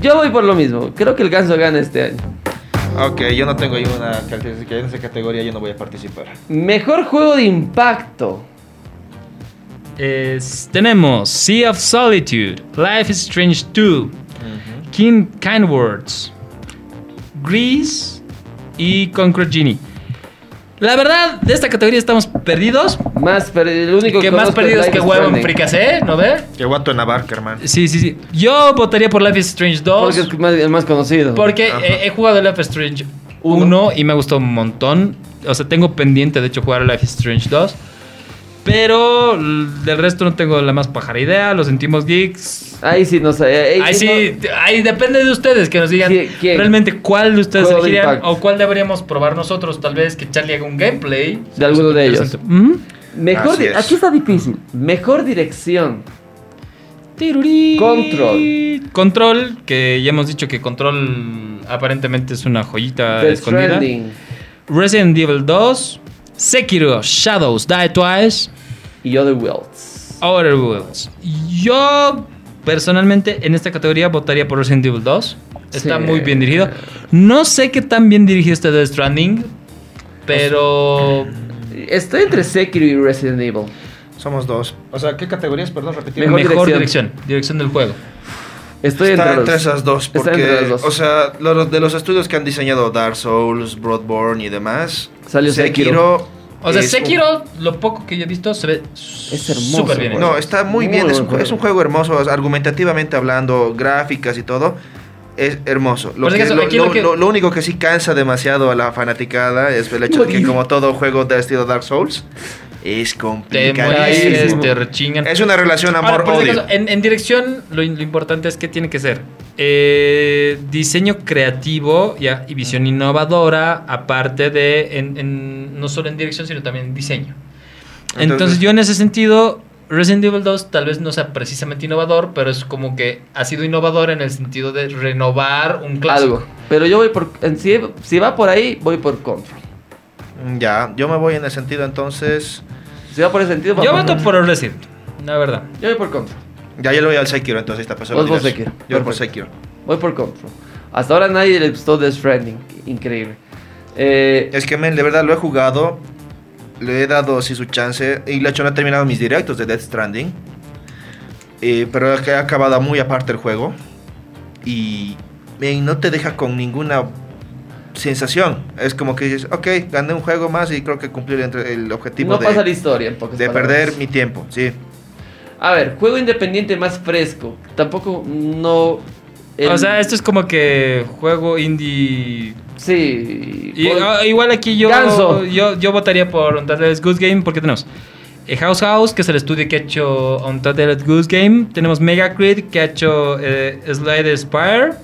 S2: Yo voy por lo mismo. Creo que el ganso gana este año.
S3: Ok, yo no tengo ahí una característica en esa categoría, yo no voy a participar.
S2: Mejor juego de impacto.
S1: Es- tenemos Sea of Solitude, Life is Strange 2, King Kind Words, Grease y Concrete Genie. La verdad, de esta categoría estamos perdidos.
S2: Más per- el único
S1: que más
S2: conozco
S1: perdidos
S2: Life
S1: que
S2: is
S1: huevo en
S2: Stranding.
S1: fricasé, ¿no ve?
S3: Que guato en la barca, hermano.
S1: Sí, sí, sí. Yo votaría por Life is Strange 2.
S2: Porque es el más, el más conocido.
S1: Porque
S3: Ajá.
S1: he, he jugado Life is Strange 1 y me ha gustado un montón. O sea, tengo pendiente, de hecho, jugar a Life is Strange 2. Pero l- del resto no tengo la más pájara idea. Lo sentimos geeks.
S2: Ahí sí, no sé.
S1: Ahí sí,
S2: no-
S1: ahí depende de ustedes que nos digan
S2: ¿Quién- quién?
S1: realmente cuál de ustedes
S2: Juego de
S1: elegirían
S2: impacto.
S1: o cuál deberíamos probar nosotros. Tal vez que Charlie haga un gameplay.
S2: De alguno de ellos.
S1: Ujú.
S2: Mejor
S3: Así
S2: di-
S3: es.
S2: aquí está difícil. Mejor dirección.
S1: Tirurí.
S2: Control.
S1: Control, que ya hemos dicho que Control aparentemente Ah, es una joyita
S2: Death
S1: escondida.
S2: Stranding.
S1: Resident Evil 2, Sekiro Shadows Die Twice,
S2: y Other Worlds.
S1: Outer Worlds. Yo personalmente en esta categoría votaría por Resident Evil 2. Está
S2: Sí.
S1: muy bien dirigido. No sé qué tan bien dirigido está Death Stranding, pero
S2: Estoy entre Sekiro y Resident Evil.
S3: Somos dos. O sea, ¿qué categorías? Perdón, repetir.
S2: Mejor
S1: mejor,
S2: dirección.
S1: dirección. dirección, del juego.
S2: Estoy
S3: Está
S2: entre, los-
S3: entre esas dos,
S2: Está
S3: porque,
S2: entre las dos.
S3: o sea, lo- lo- de los estudios que han diseñado Dark Souls, Bloodborne y demás,
S2: Salió Sekiro.
S1: O sea,
S3: es un-
S1: Sekiro, lo poco que yo he visto, se ve es
S2: hermoso,
S1: súper bien.
S2: güey.
S1: hecho.
S3: No, está muy,
S2: Muy
S3: bien, es
S2: buen
S3: un,
S2: juego.
S3: es un juego hermoso, o sea, argumentativamente hablando, gráficas y todo. Es hermoso. Lo,
S1: Por si
S3: que-
S1: acaso,
S3: lo-
S1: aquí lo
S3: lo-
S1: Pues que-
S3: lo- lo único que sí cansa demasiado a la fanaticada es el hecho de que, como todo juego de estilo Dark Souls, es
S1: Te
S3: complicadísimo.
S1: mueres, te rechingan.
S3: Es una relación
S1: Ahora, por si
S3: amor-odio.
S1: acaso, eh, en, en dirección, lo, lo importante es que tiene que ser eh, diseño creativo ya, y visión innovadora, aparte de en- en- no solo en dirección, sino también en diseño. Entonces,
S3: Entonces-
S1: yo en ese sentido Resident Evil 2 tal vez no sea precisamente innovador, pero es como que ha sido innovador en el sentido de renovar un clásico.
S2: Algo. Pero yo voy por. en sí, si va por ahí, voy por Control.
S3: Mm, Ya, yo me voy en el sentido entonces.
S2: Si va por ese sentido, va
S1: Yo
S2: por
S1: voto
S2: Control.
S1: por el Resident, la verdad.
S2: Yo voy por Control.
S3: Ya, yo le voy al Sekiro entonces. Esta persona
S2: Vos por Sekiro.
S3: Yo voy por
S2: Perfecto.
S3: Sekiro.
S2: Voy por Control. Hasta ahora nadie le gustó Death Stranding. Increíble. Eh,
S3: Es que, men, de verdad lo he jugado. Le he dado así su chance. Y de hecho no he terminado mis directos de Death Stranding. Eh, pero es que ha acabado muy aparte el juego. Y, men, no te deja con ninguna sensación. Es como que dices, ok, gané un juego más y creo que cumplí entre- el objetivo
S2: no
S3: de,
S2: pasa la historia en pocas
S3: de
S2: palabras.
S3: perder mi tiempo. Sí.
S2: A ver, juego independiente más fresco. Tampoco no. el-
S1: O sea, esto es como que juego indie.
S2: Sí.
S1: Y,
S2: voy-
S1: ah, igual aquí yo,
S2: pues, Ganso.
S1: yo yo votaría por Untitled Goose Game porque tenemos eh, House House, que es el estudio que ha hecho Untitled Goose Game. Tenemos Megacrit, que ha hecho eh, Slide Spire.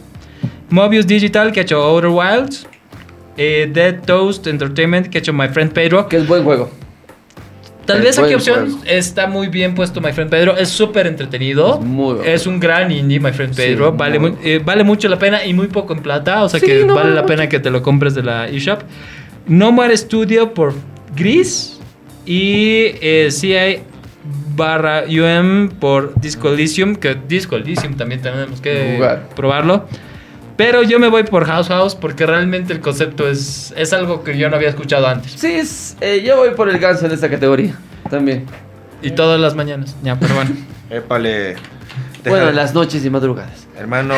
S1: Mobius Digital, que ha hecho Outer Wilds. eh, Dead Toast Entertainment, que ha hecho My Friend Pedro.
S2: que es buen juego.
S1: Tal
S2: Eh,
S1: vez aquí
S2: buen
S1: opción
S2: juego.
S1: está muy bien puesto My Friend Pedro. Es súper entretenido.
S2: Es muy bueno.
S1: Es un gran indie, My Friend
S2: Sí,
S1: Pedro. vale,
S2: muy
S1: mu- eh, vale mucho la pena y muy poco en plata. O sea
S2: Sí,
S1: que
S2: no
S1: vale
S2: vale
S1: la pena que te lo compres de la eShop. No More Studio por Gris. Y eh, CI barra UM por Disco Elysium. Que Disco Elysium también tenemos que
S2: Jugar.
S1: probarlo. Pero yo me voy por House House porque realmente el concepto es, es algo que yo no había escuchado antes.
S2: Sí, es, eh, yo voy por el ganso en esta categoría. También.
S1: Y todas las mañanas. Ya, pero bueno.
S3: Épale.
S2: Bueno,
S3: Deja-
S2: en las noches y madrugadas.
S3: Hermano,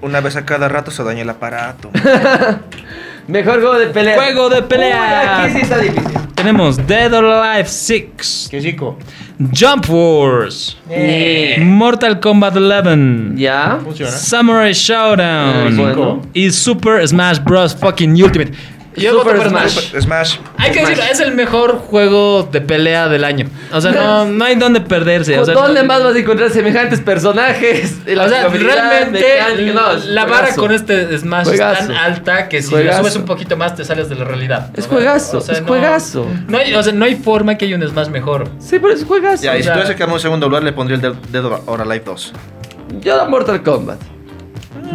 S3: una vez a cada rato se daña el aparato.
S2: Mejor juego de pelea.
S1: Juego de pelea.
S2: Uy, aquí sí está difícil.
S1: Tenemos Dead or Alive 6,
S3: Qué chico.
S1: Jump Wars, Mortal Kombat 11,
S2: Eh. Ya.
S3: Funciona.
S1: Samurai
S2: Eh,
S1: Showdown
S2: bueno.
S1: y Super Smash Bros. Fucking Ultimate. Yo
S2: Super
S1: voto por
S2: Smash.
S3: Smash.
S1: Hay que
S3: Smash.
S1: decirlo, es el mejor juego de pelea del año. O sea, no, no hay donde perderse. O sea,
S2: ¿Dónde
S1: no-
S2: más vas a encontrar semejantes personajes?
S1: O sea,
S2: Habilidad,
S1: realmente
S2: mecánica, no, es
S1: la
S2: juegazo.
S1: barra con este Smash es tan
S2: Juegazo.
S1: alta que si le
S2: Juegazo.
S1: subes un poquito más te sales de la realidad.
S2: Es juegazo, es juegazo.
S1: No hay, o sea, no hay forma que haya un Smash mejor.
S2: Sí, pero es juegazo.
S3: Ya, y si
S1: O sea-
S3: tuviese que darme un segundo lugar, le pondría el de- dedo ahora Live 2.
S2: Yo da Mortal Kombat.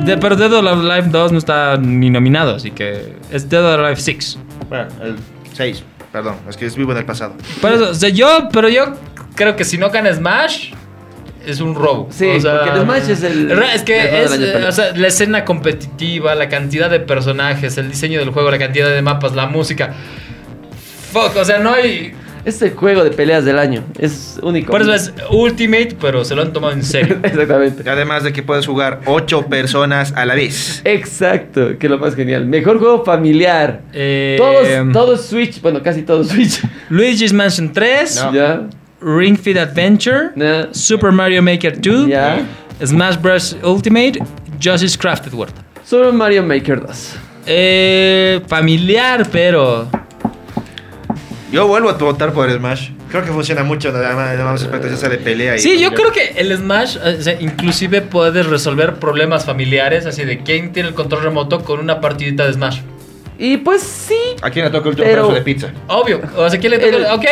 S1: De, pero Dead or Alive 2 no está ni nominado, así que es Dead or Alive 6.
S3: Bueno, el 6. Perdón, es que es vivo en el pasado.
S1: Por eso, o sea, yo, pero yo creo que si no gana Smash, es un robo.
S2: Sí,
S1: O sea,
S2: porque el Smash es el-
S1: Ra- Es
S2: el
S1: que
S2: juego
S1: es,
S2: del año
S1: eh,
S2: pelea.
S1: o sea, la escena competitiva, la cantidad de personajes, el diseño del juego, la cantidad de mapas, la música. Fuck, o sea, no hay.
S2: Es el Este juego de peleas del año. Es único.
S1: Por eso es Ultimate, pero se lo han tomado en serio.
S2: Exactamente.
S3: Además de que puedes jugar 8 personas a la vez.
S2: Exacto, que es lo más genial. Mejor juego familiar.
S1: Eh,
S2: Todos, todos Switch, bueno, casi todos Switch.
S1: Luigi's Mansion 3,
S3: No.
S2: Ya.
S1: Ring Fit Adventure,
S2: No.
S1: Super Mario Maker 2,
S2: Ya.
S1: Smash Bros. Ultimate, Justice Crafted World.
S2: Sobre Mario Maker 2.
S1: Eh, familiar, pero.
S3: Yo vuelvo a votar por Smash. Creo que funciona mucho, nada más, nada más respecto a esa de pelea. y-
S1: Sí, yo creo que el Smash, eh, o sea, inclusive puedes resolver problemas familiares, así de quién tiene el control remoto con una partidita de Smash.
S2: Y pues sí.
S3: ¿A quién le toca el último
S2: Pero-
S3: pedazo de pizza?
S1: Obvio, o sea, ¿quién le toca?
S2: El-
S1: ok.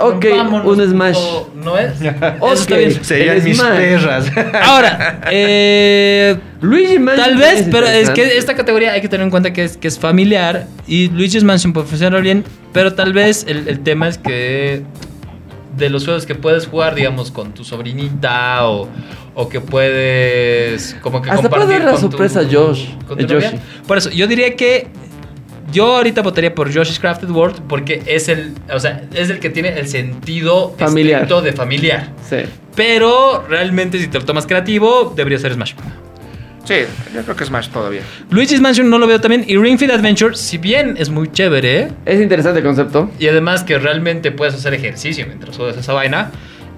S2: Ok,
S1: Vámonos.
S2: un Smash.
S1: O- ¿No es?
S2: Ok.
S1: Eso está bien.
S3: Serían
S2: el
S3: mis
S2: Smash.
S3: perras.
S1: Ahora, eh.
S2: Luigi Mansion.
S1: Tal vez,
S2: también
S1: pero es que
S2: interesante.
S1: esta categoría hay que tener en cuenta que es, que es familiar y Luigi's Mansion puede funcionar bien, pero tal vez el, el tema es que de los juegos que puedes jugar, digamos, con tu sobrinita o, o que puedes como que
S2: Hasta puedes
S1: compartir
S2: dar la
S1: con tu-
S2: sorpresa a Josh,
S1: con tu
S2: a Yoshi.
S1: novia. Por eso, yo diría que yo ahorita votaría por Yoshi's Crafted World porque es el, o sea, es el que tiene el sentido
S2: Familiar.
S1: estricto de familiar.
S2: Sí.
S1: Pero realmente si te lo tomas creativo, debería ser Smash.
S3: Sí, yo creo que Smash todavía.
S1: Luigi's Mansion no lo veo también. Y Ring Fit Adventure, si bien es muy chévere,
S2: Es interesante el concepto.
S1: y además que realmente puedes hacer ejercicio mientras juegas esa vaina,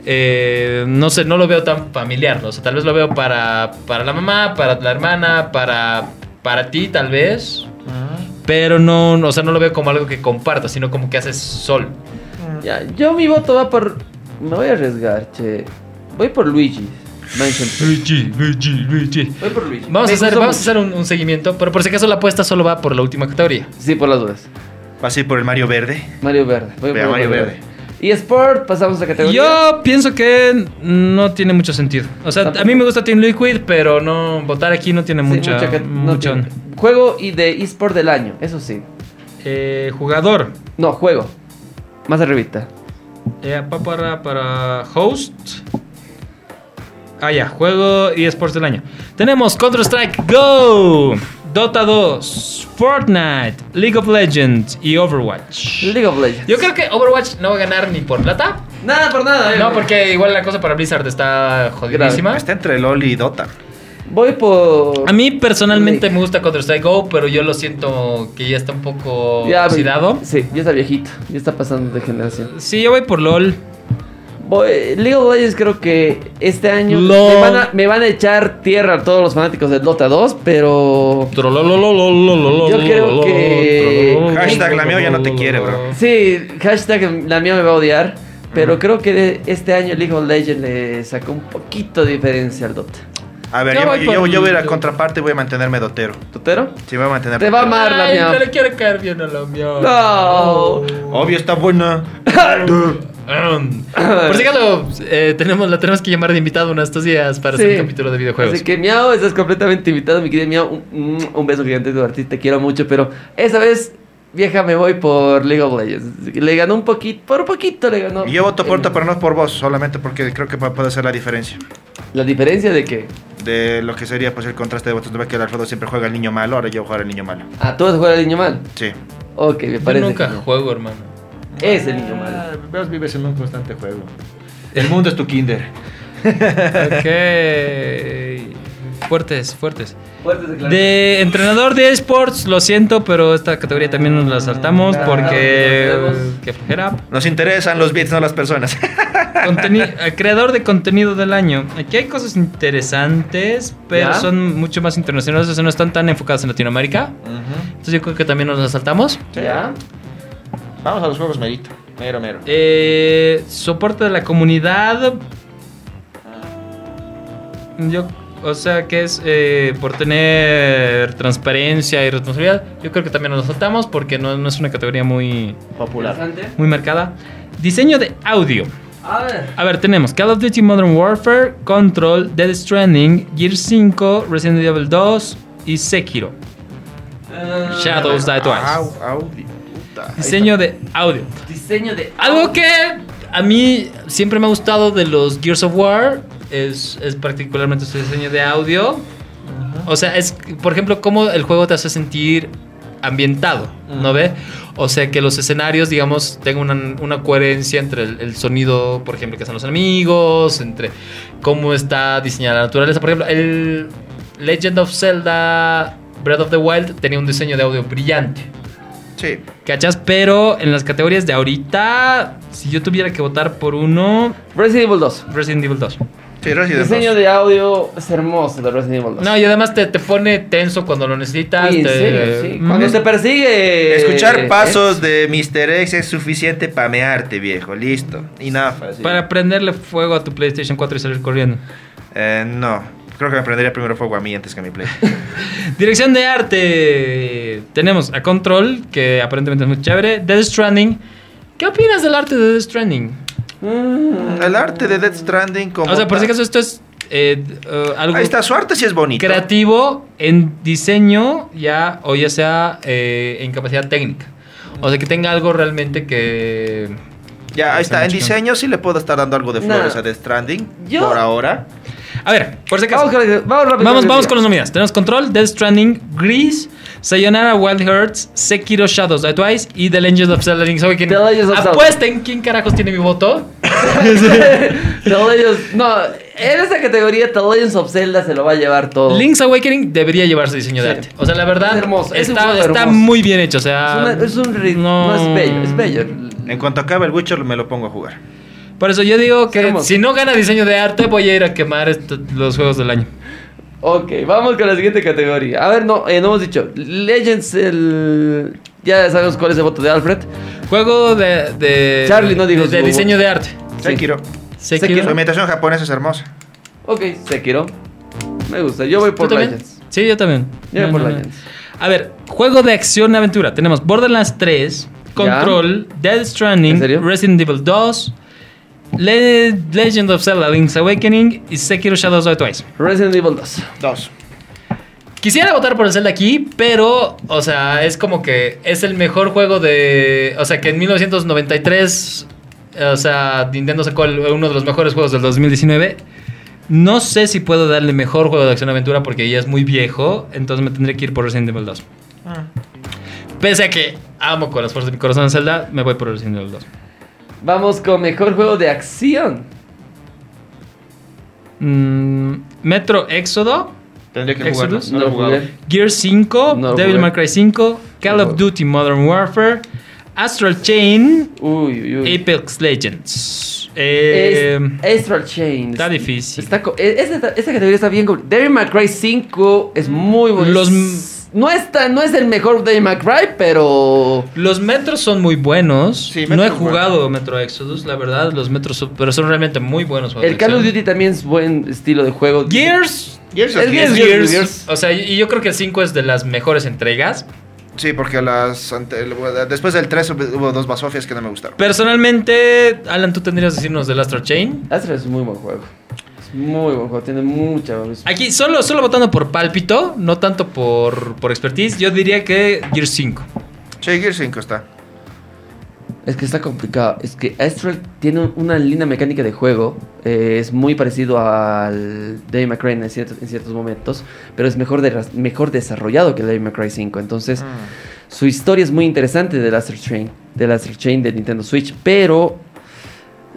S1: eh, no sé, no lo veo tan familiar. O sea, tal vez lo veo para, para la mamá, para la hermana, para, para ti tal vez. Pero no, no, o sea, no lo veo como algo que compartas, sino como que haces sol.
S2: Ya, yo mi voto va por. Me voy a arriesgar, che. Voy por Luigi. Mansion.
S1: Luigi, Luigi, Luigi.
S2: Voy por Luigi.
S1: Vamos a
S2: Me
S1: hacer,
S2: gustó
S1: vamos a
S2: mucho.
S1: hacer un, un seguimiento, pero por si acaso la apuesta solo va por la última categoría.
S2: Sí, por las dudas.
S3: ¿Vas a ir por el Mario Verde?
S2: Mario Verde. Voy
S3: Vea,
S2: por
S3: Mario Verde.
S2: eSport, pasamos a categoría.
S1: Yo pienso que no tiene mucho sentido. O sea, a mí me gusta Team Liquid, pero no votar aquí no tiene
S2: Sí,
S1: mucha,
S2: mucha cat- no
S1: mucha
S2: tiene-
S1: onda.
S2: Juego y de eSport del año, eso sí.
S1: Eh, jugador.
S2: No, juego. Más arribita.
S1: Eh, pa- para, para host. Ah, ya, juego y esports del año. Tenemos Counter-Strike Go, Dota 2, Fortnite, League of Legends y Overwatch.
S2: League of Legends.
S1: Yo creo que Overwatch no va a ganar ni por plata.
S2: Nada por nada. eh.
S1: No, porque igual la cosa para Blizzard está jodidísima.
S3: Está entre LOL y Dota.
S2: Voy por...
S1: A mí personalmente me gusta Counter-Strike Go, pero yo lo siento que ya está un poco
S2: Ya,
S1: oxidado.
S2: Sí, ya está viejito. Ya está pasando de generación.
S1: Sí, yo voy por LOL.
S2: Voy- League of Legends creo que este año
S1: Lol.
S2: me van, a, me van a echar tierra a todos los fanáticos de Dota 2, pero...
S1: Yo
S2: Yo creo que-
S3: Hashtag la mía ya no te quiere, bro.
S2: Sí, hashtag la mía me va a odiar. Pero creo que de- este año League of Legends le sacó un poquito de diferencia al Dota.
S3: A ver,
S1: Yo
S3: yo,
S1: voy
S3: yo-
S1: por-
S3: yo voy a ir a contraparte y voy a mantenerme dotero.
S2: ¿Totero?
S3: Sí, voy a mantener.
S2: Te va a amar la
S1: Ay,
S2: mía.
S1: no le quiero caer bien a la mía.
S2: No.
S3: Obvio, está buena.
S1: Ahem. Por si acaso, eh, tenemos, la tenemos que llamar de invitado unos estos días para hacer
S2: Sí.
S1: un capítulo de videojuegos.
S2: Así que Miao, estás completamente invitado, mi querida Miao. Un- Un, un beso gigante, tu artista, te quiero mucho, pero esa vez, vieja, me voy por League of Legends. Le ganó un poquito, por poquito le ganó.
S3: Y yo voto por
S2: Eh,
S3: Dota, pero no por vos, solamente porque creo que pa- puede ser la diferencia.
S2: La diferencia de que.
S3: De lo que sería pues el contraste de votos. No ves que el Alfredo siempre juega al niño malo, ahora yo voy a jugar al niño malo.
S2: Ah, tú vas a jugar al niño mal.
S3: Sí.
S2: Ok, me
S1: Yo
S2: parece.
S1: nunca
S2: genial.
S1: juego, Ah, hermano.
S2: Es el niño malo.
S3: Vos vives en un constante juego. El mundo es tu kinder.
S1: Ok. Fuertes, fuertes.
S2: Fuertes declaraciones.
S1: De entrenador de esports, lo siento, pero esta categoría también nos la saltamos
S2: Ah,
S1: porque.
S2: nos vemos.
S1: Qué flojera.
S3: Nos interesan los bits, no las personas.
S1: Conteni- eh, creador de contenido del año. Aquí hay cosas interesantes, pero
S2: ¿Ya?
S1: son mucho más internacionales, o sea, no están tan enfocadas en Latinoamérica. Entonces yo creo que también nos la saltamos.
S2: ¿Ya?
S3: Vamos a los juegos merito. Mero, mero.
S1: Eh, soporte de la comunidad. Yo, o sea, que es eh, por tener transparencia y responsabilidad. Yo creo que también nos lo saltamos porque no, no es una categoría muy,
S3: Popular.
S2: Interesante.
S1: muy marcada. Diseño de audio.
S2: A ver.
S1: A ver, tenemos Call of Duty Modern Warfare, Control, Dead Stranding, Gear 5, Resident Evil 2 y Sekiro.
S2: ah,
S1: Shadows Die Twice.
S3: Au, au, di- puta.
S1: Diseño de audio.
S2: Diseño de.
S1: Algo que a mí siempre me ha gustado de los Gears of War es, es particularmente su diseño de audio. O sea, es, por ejemplo, cómo el juego te hace sentir ambientado, ¿no ve? O sea, que los escenarios, digamos, tengan una, una coherencia entre el, el sonido, por ejemplo, que hacen los enemigos, entre cómo está diseñada la naturaleza. Por ejemplo, el Legend of Zelda Breath of the Wild tenía un diseño de audio brillante.
S3: Sí.
S1: ¿Cachas? Pero en las categorías de ahorita, si yo tuviera que votar por uno,
S2: Resident Evil 2.
S1: Resident Evil 2.
S3: Sí, Resident
S2: Diseño de audio es hermoso de Resident Evil 2.
S1: No, y además te, te pone tenso cuando lo necesitas.
S2: Sí, en
S1: te-
S2: serio, sí.
S1: Mm.
S2: Cuando te persigue.
S3: Escuchar
S2: eh,
S3: pasos de Mr. X es suficiente para mearte, viejo. Listo. Y nada fácil.
S1: Para prenderle fuego a tu PlayStation 4 y salir corriendo.
S3: Eh, no. Creo que me prendería primero fuego a mí antes que a mi play.
S1: Dirección de arte. Tenemos a Control, que aparentemente es muy chévere. Death Stranding. ¿Qué opinas del arte de Death Stranding?
S2: mm,
S3: El arte de Death Stranding como
S1: O sea, por si
S3: tal.
S1: acaso esto es eh, eh, algo
S3: Ahí está, su arte sí es bonito.
S1: creativo en diseño ya o ya sea eh, en capacidad técnica. O sea, que tenga algo realmente que...
S3: Ya, ahí está. En
S1: Está muy
S3: diseño sí le puedo estar dando algo de
S2: Nah.
S3: flores a Death Stranding.
S2: Yo-
S3: Por ahora.
S1: A ver, por si acaso.
S2: Vamos, con el- vamos rápido.
S1: Vamos, vamos con los nominados. Tenemos Control, Death Stranding, Grease, Sayonara Wild Hearts, Sekiro Shadows Die Twice y The Legends of Zelda. Link's Awakening.
S2: The Legends of Zelda.
S1: Apuesten quién carajos tiene mi voto.
S2: The Legends- No, en esa categoría, The Legends of Zelda se lo va a llevar todo.
S1: Link's Awakening debería llevar su diseño de
S2: Oh. Sí.
S1: arte. O sea, la verdad,
S2: Es hermoso, es un
S1: está,
S2: juego
S1: está
S2: hermoso.
S1: muy bien hecho. O
S2: es,
S1: sea,
S2: una- es un ritmo. No. es bello, es bello.
S3: En cuanto acabe el Witcher me lo pongo a jugar.
S1: Por eso yo digo que
S2: hermoso.
S1: si no gana diseño de arte, voy a ir a quemar esto- los juegos del año.
S2: Ok, vamos con la siguiente categoría. A ver, no, eh, no hemos dicho. Legends, el. Ya sabemos cuál es el voto de Alfred.
S1: Juego de. de
S2: Charlie, no digas
S1: de, de
S2: bobo.
S1: diseño de arte.
S2: Sí.
S3: Sekiro.
S1: Sekiro.
S3: Su ambientación japonesa es hermosa.
S2: Ok, Sekiro. Me gusta. Yo voy
S1: ¿Tú
S2: por
S1: también?
S2: Legends.
S1: Sí, yo también.
S2: Yo voy
S1: No,
S2: por
S1: no, no.
S2: Legends.
S1: A ver, juego de acción aventura. Tenemos Borderlands 3, Control, Dead Stranding,
S2: ¿En serio?
S1: Resident Evil 2, Le- Legend of Zelda Link's Awakening y Sekiro Shadows Die Twice.
S2: Resident Evil 2.
S3: Dos.
S1: Quisiera votar por el Zelda aquí, pero, o sea, es como que es el mejor juego de. O sea, que en 1993, o sea, Nintendo sacó el- uno de los mejores juegos del 2019. No sé si puedo darle mejor juego de acción-aventura porque ya es muy viejo, entonces me tendré que ir por Resident Evil 2. Pese a que amo con las fuerzas de mi corazón Zelda, me voy por Resident Evil 2.
S2: Vamos con mejor juego de acción.
S1: Mm, Metro Éxodo,
S3: Tendría que jugarlo.
S1: Exodus,
S3: No lo he jugado.
S2: jugué.
S1: Gear 5,
S2: No lo
S1: Devil
S2: jugué.
S1: May Cry 5, Call
S2: No.
S1: of Duty Modern Warfare, Astral Chain,
S2: Uy, uy, uy.
S1: Apex Legends.
S2: Es-
S1: Eh,
S2: Astral Chain.
S1: está difícil.
S2: Está co- e- esta, esta categoría está bien. compli- Devil May Cry 5 es muy bueno.
S1: Los-
S2: No, es tan- no es el mejor Devil May Cry, pero.
S1: Los metros son muy buenos.
S3: Sí,
S1: no he
S3: Metro es bueno.
S1: jugado Metro Exodus, la verdad. Los metros son, pero son realmente muy buenos. juegos
S2: El
S1: de
S2: Call of
S1: acción.
S2: Duty también es buen estilo de juego.
S1: Gears.
S3: Gears
S2: Es
S3: of
S2: Gears,
S3: Gears.
S2: Gears,
S1: Gears.
S2: Gears.
S1: O sea, y yo creo que el 5 es de las mejores entregas.
S3: Sí, porque las ante- después del 3 hubo dos basofias que no me gustaron.
S1: Personalmente, Alan, tú tendrías que decirnos del Astro Chain.
S2: Astral es muy buen juego. Es muy buen juego. Tiene mucha.
S1: Aquí, solo, solo votando por pálpito, no tanto por, por expertise, yo diría que Gears 5.
S3: Sí, Gears 5 está.
S2: Es que está complicado. Es que Astral tiene un- una linda mecánica de juego. eh, es muy parecido al Devil May Cry en ciertos, en ciertos momentos. Pero es mejor, de- mejor desarrollado que el Devil May Cry 5. Entonces,
S1: Mm.
S2: su historia es muy interesante de Astral Chain. De Astral Chain de Nintendo Switch. Pero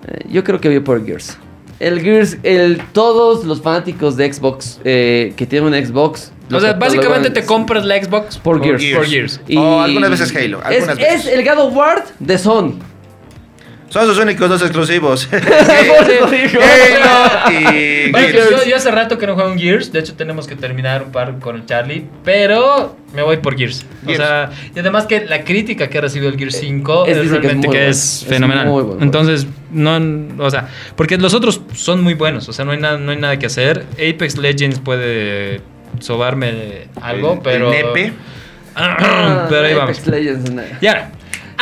S2: eh, yo creo que voy por Gears. El Gears, el, todos los fanáticos de Xbox eh, que tienen una Xbox. lo
S1: O sea,
S2: catalogan-
S1: básicamente te compras la Xbox
S2: Por Gears.
S1: Por Gears.
S3: O algunas veces Halo, algunas
S2: es,
S3: veces.
S2: es el God of War de Sony.
S3: Son sus únicos dos exclusivos.
S2: Por eso digo.
S3: Halo y
S1: Bueno,
S3: Gears.
S1: yo, yo hace rato que no juego en Gears, de hecho tenemos que terminar un par con el Charlie, pero me voy por Gears.
S3: Gears.
S1: O sea, y además que la crítica que ha recibido el Gears 5
S2: Eh, es-
S1: es,
S2: dicen que es
S1: realmente
S2: muy
S1: que
S2: bueno,
S1: es,
S2: es
S1: fenomenal.
S2: muy bueno.
S1: Entonces, no, o sea, porque los otros son muy buenos, o sea, no hay nada, no hay nada que hacer. Apex Legends puede sobarme algo,
S3: El- el
S1: pero...
S3: nepe.
S1: pero ahí
S2: Ah,
S1: vamos.
S2: Apex Legends, no.
S1: Y ahora,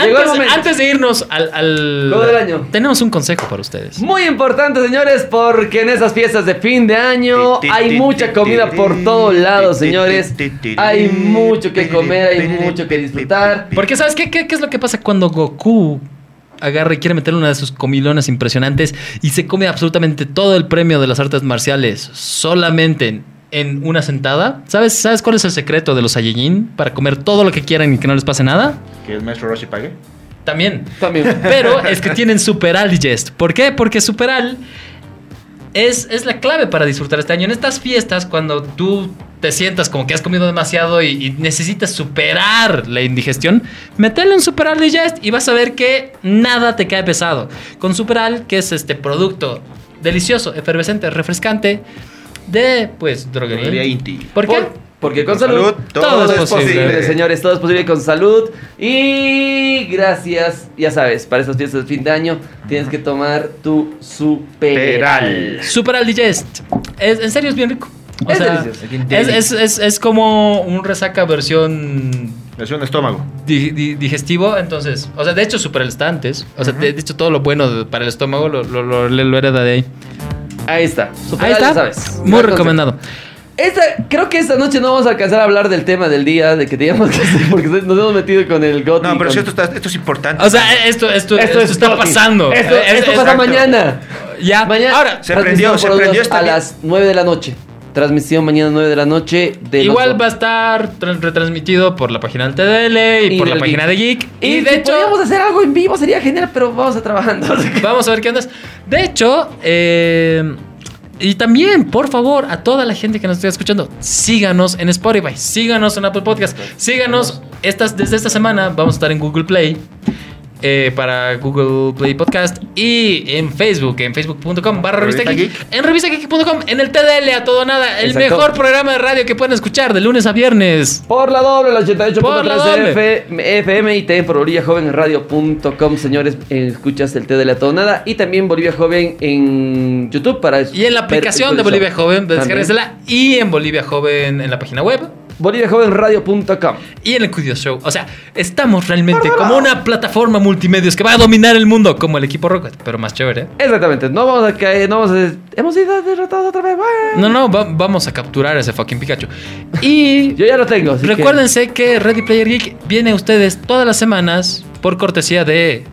S2: Llegó el
S1: antes,
S2: momento.
S1: antes de irnos al, al-
S2: Juego del año.
S1: Tenemos un consejo para ustedes.
S2: Muy importante, señores, porque en esas fiestas de fin de año
S3: Ti, ti,
S2: hay
S3: ti,
S2: mucha
S3: ti,
S2: comida
S3: ti,
S2: por
S3: ti,
S2: todos
S3: ti,
S2: lados,
S3: ti,
S2: señores.
S3: ti, ti, ti,
S2: Hay
S3: ti,
S2: mucho que
S3: ti,
S2: comer, hay
S3: ti, ti,
S2: mucho que
S3: ti,
S2: disfrutar.
S3: ti, ti,
S1: Porque ¿sabes qué, qué, qué es lo que pasa cuando Goku agarra y quiere meterle una de sus comilonas impresionantes y se come absolutamente todo el premio de las artes marciales solamente en, en una sentada? ¿Sabes, ¿Sabes cuál es el secreto de los Saiyajin para comer todo lo que quieran y que no les pase nada?
S3: Que el maestro Roshi pague.
S1: También.
S2: También.
S1: Pero es que tienen Superal Digest. ¿Por qué? Porque Superal es, es la clave para disfrutar este año. En estas fiestas, cuando tú te sientas como que has comido demasiado y, y necesitas superar la indigestión, metele un Superal Digest y vas a ver que nada te cae pesado. Con Superal, que es este producto delicioso, efervescente, refrescante, de pues
S3: Droguería
S1: droguería.
S3: Inti.
S1: ¿Por qué?
S2: Por- porque con salud,
S3: todo, es posible.
S2: Señores, señores, todo es posible con salud. Y gracias, ya sabes, para esas fiestas de fin de año tienes que tomar tu superal.
S3: Peral.
S1: Superal Digest. Es- en serio es bien rico. O
S2: Es
S1: sea,
S2: delicioso.
S1: Es, es- es- es como un resaca versión
S3: Es un estómago.
S1: di- di- digestivo, entonces, o sea, de hecho super está antes, o sea, de, de hecho todo lo bueno de- para el estómago lo, lo, lo- lo hereda de ahí.
S2: Ahí está, superal,
S1: Ahí
S2: ya
S1: está,
S2: sabes.
S1: muy
S2: Gran
S1: recomendado.
S2: Esta, creo que esta noche no vamos a alcanzar a hablar del tema del día, de que teníamos que hacer, porque nos hemos metido con el GOTY.
S3: No, pero
S2: con-
S3: si esto, está, esto es importante.
S1: O sea, eh, esto, esto, esto,
S2: es
S1: está
S2: GOTY.
S1: pasando.
S2: Esto,
S1: Eh,
S2: esto
S1: es-
S2: pasa
S1: es-
S3: exacto.
S2: mañana.
S1: Ya,
S2: Mañana.
S1: ahora,
S3: Se prendió, se
S2: por
S3: prendió
S2: dos
S3: esta
S2: A
S3: bien.
S2: las 9 de la noche. Transmisión mañana 9 de la noche. De los
S1: igual
S2: Goty.
S1: va a estar tra- retransmitido por la página del TDL y,
S2: Y
S1: por la
S2: del
S1: página de Geek.
S2: Y, de hecho. Podríamos hacer algo en vivo, sería genial, pero vamos a trabajando.
S1: Vamos a ver qué andas. De hecho, eh, y también, por favor, a toda la gente que nos está escuchando, síganos en Spotify, síganos en Apple Podcast, síganos. Estas, desde esta semana vamos a estar en Google Play. eh, para Google Play Podcast y en Facebook, en facebook.com barra revista
S3: Revista
S1: Geek, en revistageek.com, en el TDL a todo o nada, el
S2: Exacto.
S1: mejor programa de radio que pueden escuchar de lunes a viernes.
S2: Por la doble, el
S1: Por la
S2: 88.3
S1: doble.
S2: F- FM y también por boliviajovenradio.com, señores. eh, Escuchas el té de la tonada y también Bolivia Joven en YouTube para
S1: Y en la aplicación de Bolivia Joven,
S2: También.
S1: descárguensela y en Bolivia Joven en la página web.
S2: boliviajovenradio.com.
S1: Y en el Cuido Show. O sea, estamos realmente como una plataforma multimedios que va a dominar el mundo, como el equipo Rocket, pero más chévere.
S2: Exactamente, no vamos a caer, no vamos a... Hemos sido derrotados otra vez. bye.
S1: No, no, va- vamos a capturar a ese fucking Pikachu. Y
S2: Yo ya lo tengo. así que-
S1: recuérdense que Ready Player Geek viene a ustedes todas las semanas por cortesía de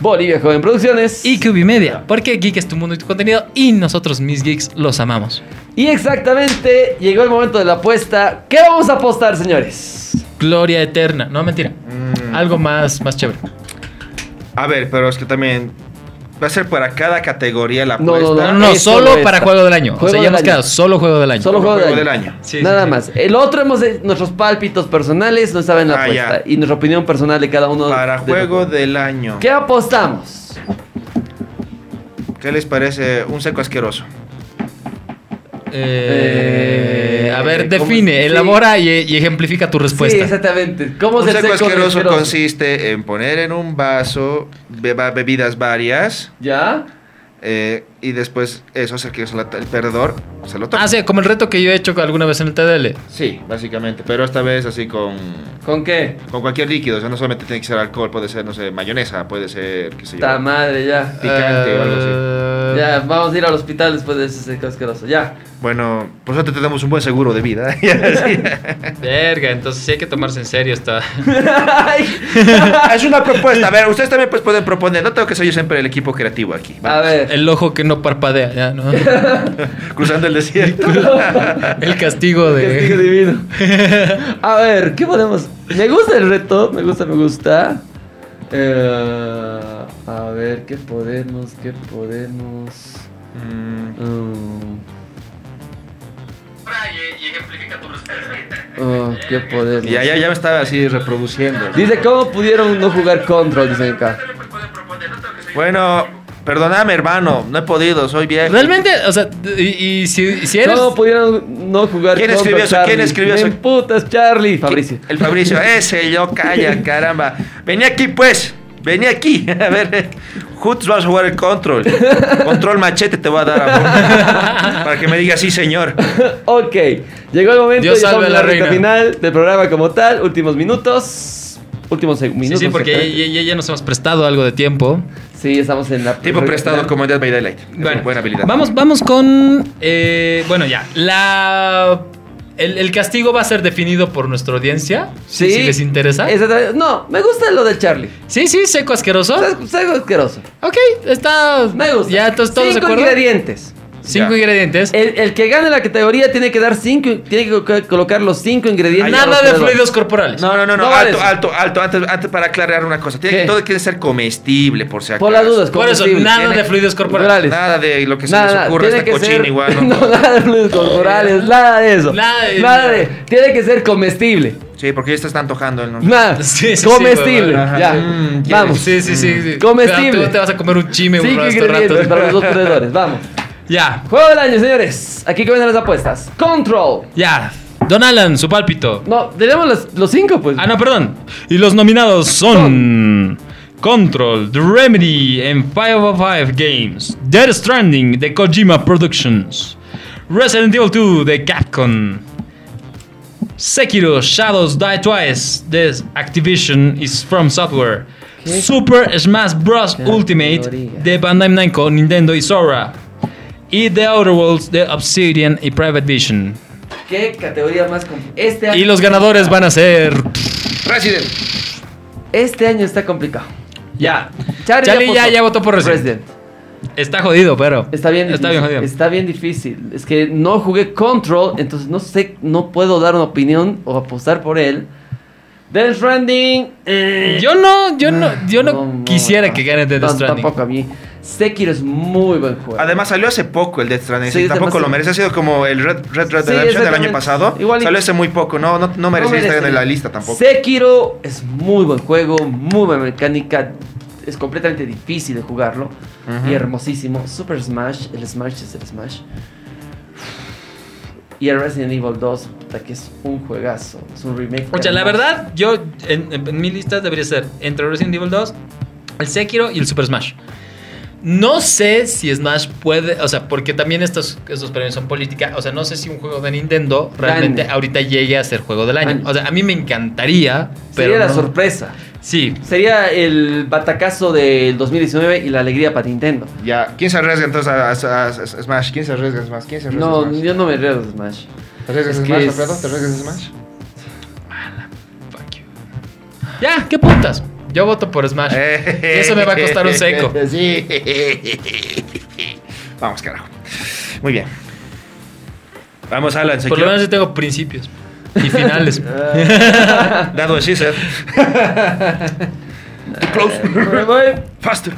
S2: Bolivia Joven Producciones.
S1: IQB Media, porque Geek es tu mundo y tu contenido y nosotros mis geeks los amamos.
S2: Y exactamente, llegó el momento de la apuesta. ¿Qué vamos a apostar, señores?
S1: Gloria eterna. No, mentira.
S2: Mm.
S1: Algo más, más chévere.
S3: A ver, pero es que también va a ser para cada categoría la
S2: No,
S3: apuesta.
S1: No, no, no,
S2: Eso
S1: solo
S2: no
S1: para
S2: está.
S1: juego del año. o
S2: Juego
S1: sea, ya
S2: del
S1: hemos
S2: año.
S1: quedado solo juego del año.
S2: Solo juego,
S3: Juego
S2: del
S3: del
S2: año.
S3: año.
S1: Sí,
S2: Nada
S1: sí, sí.
S2: más. El otro hemos hecho nuestros pálpitos personales, no saben la
S3: Ah, ya.
S2: apuesta. Y nuestra opinión personal de cada uno.
S3: Para
S2: de-
S3: juego del año.
S2: ¿Qué apostamos?
S3: ¿Qué les parece un seco asqueroso?
S1: Eh, a ver,
S2: Eh, ¿cómo?
S1: define,
S2: Sí.
S1: elabora y, y ejemplifica tu
S2: Sí,
S1: respuesta.
S2: exactamente. ¿Cómo
S3: Un
S2: se
S3: seco
S2: seco
S3: asqueroso
S2: asqueroso?
S3: consiste en poner en un vaso beba- bebidas varias
S2: ¿Ya?
S3: eh, y después eso es el que se la- el perdedor se lo toma.
S1: ah, sí, como el reto que yo he hecho alguna vez en el TDL.
S3: Sí, básicamente, pero esta vez así con,
S2: ¿Con qué?
S3: con cualquier líquido, o sea, no solamente tiene que ser alcohol, puede ser, no sé, mayonesa, puede ser, qué sé yo.
S2: Ta madre, ya.
S3: Picante o algo así.
S1: Eh,
S2: Ya, vamos a ir al hospital después de ese seco asqueroso. Ya.
S3: Bueno, pues por suerte tenemos un buen seguro de vida. es
S1: Verga, entonces sí hay que tomarse en serio esta.
S3: Ah, una propuesta. A ver, ustedes también pues, pueden proponer. No tengo que ser yo siempre el equipo creativo aquí.
S2: a ver.
S1: El ojo que no parpadea, ya, ¿no?
S3: Cruzando el desierto.
S1: El castigo de.
S2: Castigo divino. A ver, ¿qué podemos? Me gusta el reto, me gusta, me gusta. Eh, a ver, ¿qué podemos? ¿Qué podemos?
S3: Mm,
S2: Mm, ah, ¿Qué podemos?
S3: ya, ya, ya me estaba así reproduciendo.
S2: Dice, ¿cómo pudieron no jugar Control? Dicen acá.
S3: Bueno, perdóname, hermano. No he podido, soy viejo.
S1: Realmente, o sea, y, y si, si eres.
S2: ¿Cómo pudieron no jugar
S3: ¿Quién
S2: Control?
S3: escribió eso? ¿Quién
S2: Charlie?
S3: escribió eso?
S2: Me putas, Charlie. Fabricio.
S3: El Fabricio, ese yo, calla, caramba. Vení aquí, pues. Vení aquí. A ver, juntos vamos a jugar el control. Control machete te voy a dar, amor. Para que me digas, sí, señor.
S2: Ok, llegó el momento.
S1: Dios
S2: ya
S1: salve a
S2: estamos en
S1: la
S2: la recta
S1: reina.
S2: final del programa como tal. Últimos minutos. Últimos seg-
S1: Sí,
S2: minutos.
S1: sí, porque
S2: exactamente.
S1: ya, ya- ya nos hemos prestado algo de tiempo.
S2: Sí, estamos en la.
S3: Tipo prestado como en Dead by Daylight. Es
S1: Bueno,
S3: una buena habilidad.
S1: Vamos, vamos con. eh, bueno, ya. La. El, el castigo va a ser definido por nuestra audiencia. si- Si les interesa.
S2: Exactamente. No, me gusta lo del Charlie.
S1: Sí, sí, seco asqueroso.
S2: Es algo asqueroso.
S1: Ok, está.
S2: Me gusta.
S1: Ya, entonces todos de
S2: Cinco
S1: acuerdo.
S2: ingredientes. Eh,
S1: Cinco
S3: Ya.
S1: ingredientes.
S2: El, el que gane la categoría tiene que dar cinco, tiene que co- colocar los cinco ingredientes.
S1: Nada de
S2: Alrededor.
S1: fluidos corporales.
S3: No, no, no, no.
S2: eh, No vale
S3: alto,
S2: eso.
S3: alto, alto, Antes, antes para aclarar una cosa. Tiene
S2: ¿Qué?
S3: que, todo tiene que ser comestible, por si acaso.
S2: Por las dudas,
S1: Por eso,
S2: comestible.
S1: nada de
S2: Tiene-
S1: fluidos corporales.
S2: corporales.
S3: Nada de lo que se
S2: Nada,
S3: les
S2: nada,
S3: ocurra
S2: tiene
S3: esta
S2: que
S3: cochina
S2: ser.
S3: igual.
S2: No,
S3: ¿no?
S2: nada de fluidos corporales, nada de eso.
S1: Nada de-
S2: Tiene que ser comestible.
S3: Sí, porque ya se está antojando el nombre.
S2: Nada.
S1: Sí, sí, sí,
S2: comestible.
S1: huevón.
S3: Ajá.
S2: ya.
S3: Mm, ¿quieres?
S2: Vamos.
S1: Sí, sí, sí. sí.
S2: Comestible.
S1: Pero tú te vas a comer un chime un
S2: Cinco
S1: rato,
S2: ingredientes
S1: rato.
S2: para los dos perdedores. Vamos.
S1: Ya,
S2: Juego del año, señores. Aquí comienzan las apuestas. Control.
S1: ya. Don Alan, su pálpito.
S2: No, tenemos los, los cinco, pues.
S1: Ah, no, perdón. Y los nominados son. Control, The Remedy en 505 Games, Dead Stranding de Kojima Productions, Resident Evil 2 de Capcom, Sekiro Shadows Die Twice de Activision is From Software,
S2: ¿Qué?
S1: Super Smash Bros.
S2: Categoría.
S1: Ultimate de Bandai Namco, Nintendo y Sora, y The Outer Worlds de Obsidian y Private Vision.
S2: ¿Qué categoría más compl- Este año,
S1: Y los ganadores van a ser.
S3: Resident.
S2: este año está complicado.
S1: Ya.
S2: Charlie,
S1: Charlie ya,
S2: apostó.
S1: ya votó por Resident. Está jodido, pero.
S2: Está bien difícil.
S1: Está bien jodido.
S2: Está bien difícil. Es que no jugué Control, entonces no sé, no puedo dar una opinión o apostar por él. Death Stranding. eh,
S1: Yo no, yo no, yo no,
S2: no,
S1: quisiera
S2: no.
S1: que gane Death
S2: No,
S1: Stranding.
S2: Tampoco a mí. Sekiro es muy buen juego.
S3: Además salió hace poco el Death Stranding,
S2: Sí,
S3: y tampoco
S2: demasiado.
S3: lo merece. Ha sido como el Red
S2: Sí,
S3: Red, Red Redemption del
S2: exactamente.
S3: año pasado.
S2: Igual y-
S3: Salió hace muy poco. No, no, no merecía
S2: No merece.
S3: estar en la lista tampoco.
S2: Sekiro es muy buen juego, muy buena mecánica. Es completamente difícil de jugarlo. Y hermosísimo. Super Smash, el Smash es el Smash. Y el Resident Evil 2, puta, que es un juegazo. Es un remake.
S1: Oye, la
S2: hermoso.
S1: verdad, yo en, en- en mi lista debería ser entre Resident Evil 2, el Sekiro y el Super Smash. No sé si Smash puede, o sea, porque también estos, estos premios son política, o sea, no sé si un juego de Nintendo realmente
S2: Grande.
S1: ahorita llegue a ser juego del año.
S2: Año.
S1: O sea, a mí me encantaría, pero...
S2: Sería la
S1: no.
S2: sorpresa.
S1: Sí,
S2: Sería el batacazo del 2019 y la alegría para Nintendo.
S3: Ya, ¿quién se arriesga entonces a, a- a- a- a Smash? ¿Quién se arriesga a Smash? ¿Quién se arriesga a
S2: No,
S3: Smash?
S2: yo no me río de Smash.
S3: ¿Te arriesgas
S2: es
S3: a
S2: que
S3: Smash,
S2: es-
S3: Alfredo? ¿Te arriesgas a Smash?
S1: Fuck you. Ya, ¿qué putas? Yo voto por Smash. Eso me va a costar un seco.
S3: Sí. Vamos, carajo. Muy bien. Vamos, Alan. se
S1: Por lo
S3: quiere-
S1: menos yo tengo principios y finales.
S2: Ah.
S3: Dado de Caesar.
S2: Eh, voy,
S3: Faster.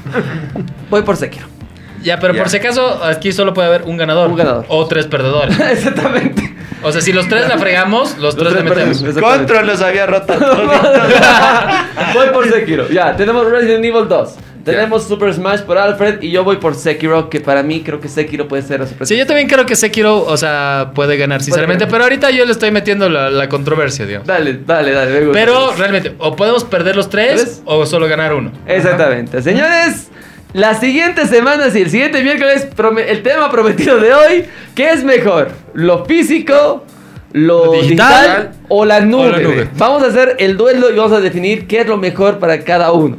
S2: voy por Sekiro.
S1: ya, pero
S3: Ya.
S1: por si acaso, aquí solo puede haber un ganador.
S2: Un ganador.
S1: O tres perdedores.
S2: Exactamente.
S1: O sea, si los tres la fregamos, los, tres,
S2: tres
S1: le metemos.
S2: perdemos.
S3: Control los había roto.
S2: voy por Sekiro. Ya, tenemos Resident Evil 2. Tenemos Super Smash por Alfred y yo voy por Sekiro, que para mí creo que Sekiro puede ser la sorpresa.
S1: Sí, yo también creo que Sekiro, o sea, puede ganar, sinceramente.
S2: ganar.
S1: Pero ahorita yo le estoy metiendo la, la controversia, digamos.
S2: Dale, dale, dale. me gusta.
S1: Pero realmente, o podemos perder los tres,
S2: ¿Tres?
S1: o solo ganar uno.
S2: Exactamente. Señores, la siguiente semana, sí, el siguiente miércoles, prome- el tema prometido de hoy, ¿qué es mejor? ¿Lo físico? ¿Lo
S1: ¿Lo
S2: digital,
S1: digital?
S2: o la nube?
S1: la nube.
S2: Vamos a hacer el duelo y vamos a definir qué es lo mejor para cada uno.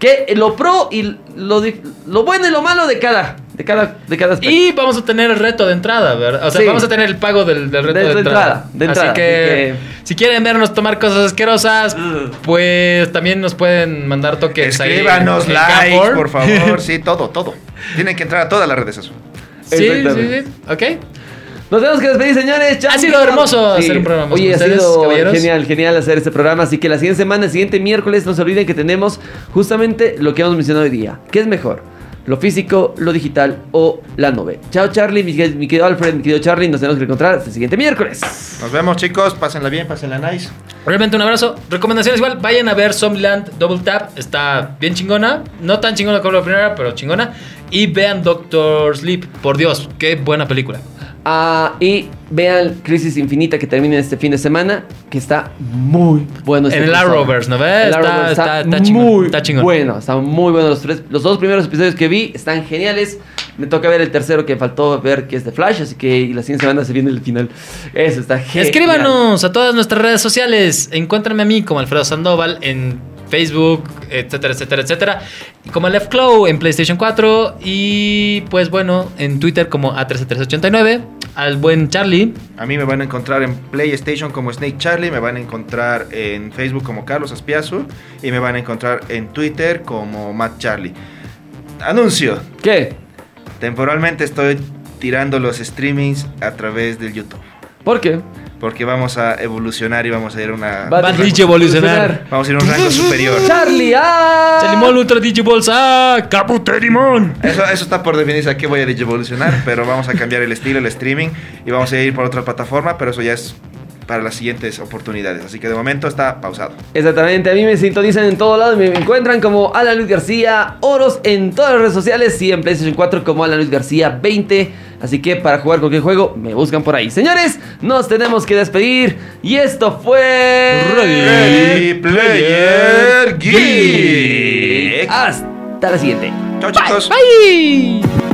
S2: ¿Qué, lo pro y lo, di- lo bueno y lo malo de cada, de cada, de cada aspecto.
S1: Y vamos a tener el reto de entrada, ¿verdad? O sea,
S2: Sí.
S1: vamos a tener el pago del, del reto
S2: De-
S1: de,
S2: de
S1: entrada.
S2: entrada, de entrada,
S1: Así que,
S2: así
S1: si quieren vernos tomar cosas asquerosas,
S3: Mm.
S2: Ugh.
S1: pues también nos pueden mandar toques ahí en-
S3: Escríbanos,
S1: en
S3: likes,
S1: Gabor.
S3: por favor. Sí, todo, todo. Tienen que entrar a todas las redes sociales.
S1: Sí, sí,
S2: Exactamente.
S1: sí. Ok.
S2: Nos tenemos que despedir, señores. Chao,
S1: Ha sido
S2: amigos.
S1: hermoso hacer un programa
S2: Oye,
S1: con
S2: ha
S1: ustedes,
S2: sido
S1: caballeros.
S2: genial, genial hacer este programa. Así que la siguiente semana, el siguiente miércoles, no se olviden que tenemos justamente lo que hemos mencionado hoy día. ¿Qué es mejor? ¿Lo físico, lo digital o la nube? Chao, Charlie, mi, mi querido Alfred, mi querido Charlie. Nos tenemos que encontrar hasta el siguiente miércoles.
S3: Nos vemos, chicos. Pásenla bien, pásenla nice.
S1: Realmente un abrazo. Recomendaciones igual, vayan a ver Zombieland Double Tap, está bien chingona, no tan chingona como la primera, pero chingona. Y vean Doctor Sleep, por Dios, qué buena película.
S2: Ah, y vean Crisis Infinita que termina este fin de semana, que está muy bueno. este
S1: en el
S2: crossover.
S1: Arrowverse, ¿no ves?
S2: El
S1: Eh, Está,
S2: Arrowverse
S1: está- está chingón,
S2: muy
S1: está chingón.
S2: bueno, está muy bueno. Los, tres- los dos primeros episodios que vi están geniales. Me toca ver el tercero que faltó ver, que es de Flash, así que y la siguiente semana se viene el final. Eso está genial.
S1: Escríbanos a todas nuestras redes sociales. Encuéntrenme a mí como Alfredo Sandoval en Facebook, etcétera, etcétera, etcétera. Y Como Left Claw en PlayStation 4. Y pues bueno, en Twitter como A33389. Al buen Charlie.
S3: A mí me van a encontrar en PlayStation como Snake Charlie, me van a encontrar en Facebook como Carlos Aspiazu y me van a encontrar en Twitter como Matt Charlie. Anuncio,
S2: ¿Qué?
S3: temporalmente estoy tirando los streamings a través del YouTube,
S2: ¿Por qué?
S3: porque vamos a evolucionar y vamos a ir a una
S1: Va- Digi evolucionar.
S3: vamos a ir a un rango superior.
S2: Charlie, ah.
S1: Chalimol Ultra Digibolsa. Caputerimón.
S3: Eso, eso está por definirse a qué voy a evolucionar, pero vamos a cambiar el estilo, el streaming y vamos a ir por otra plataforma, pero eso ya es para las siguientes oportunidades. Así que de momento está pausado.
S2: Exactamente, a mí me sintonizan en todo lado y me encuentran como Alan Luis García Oros en todas las redes sociales y en PlayStation 4 como Alan Luis García 20. Así que para jugar cualquier juego, me buscan por ahí. Señores, nos tenemos que despedir y esto fue...
S3: Ready Player Ah, Geek.
S2: Hasta la siguiente.
S3: Chao chicos.
S1: Bye.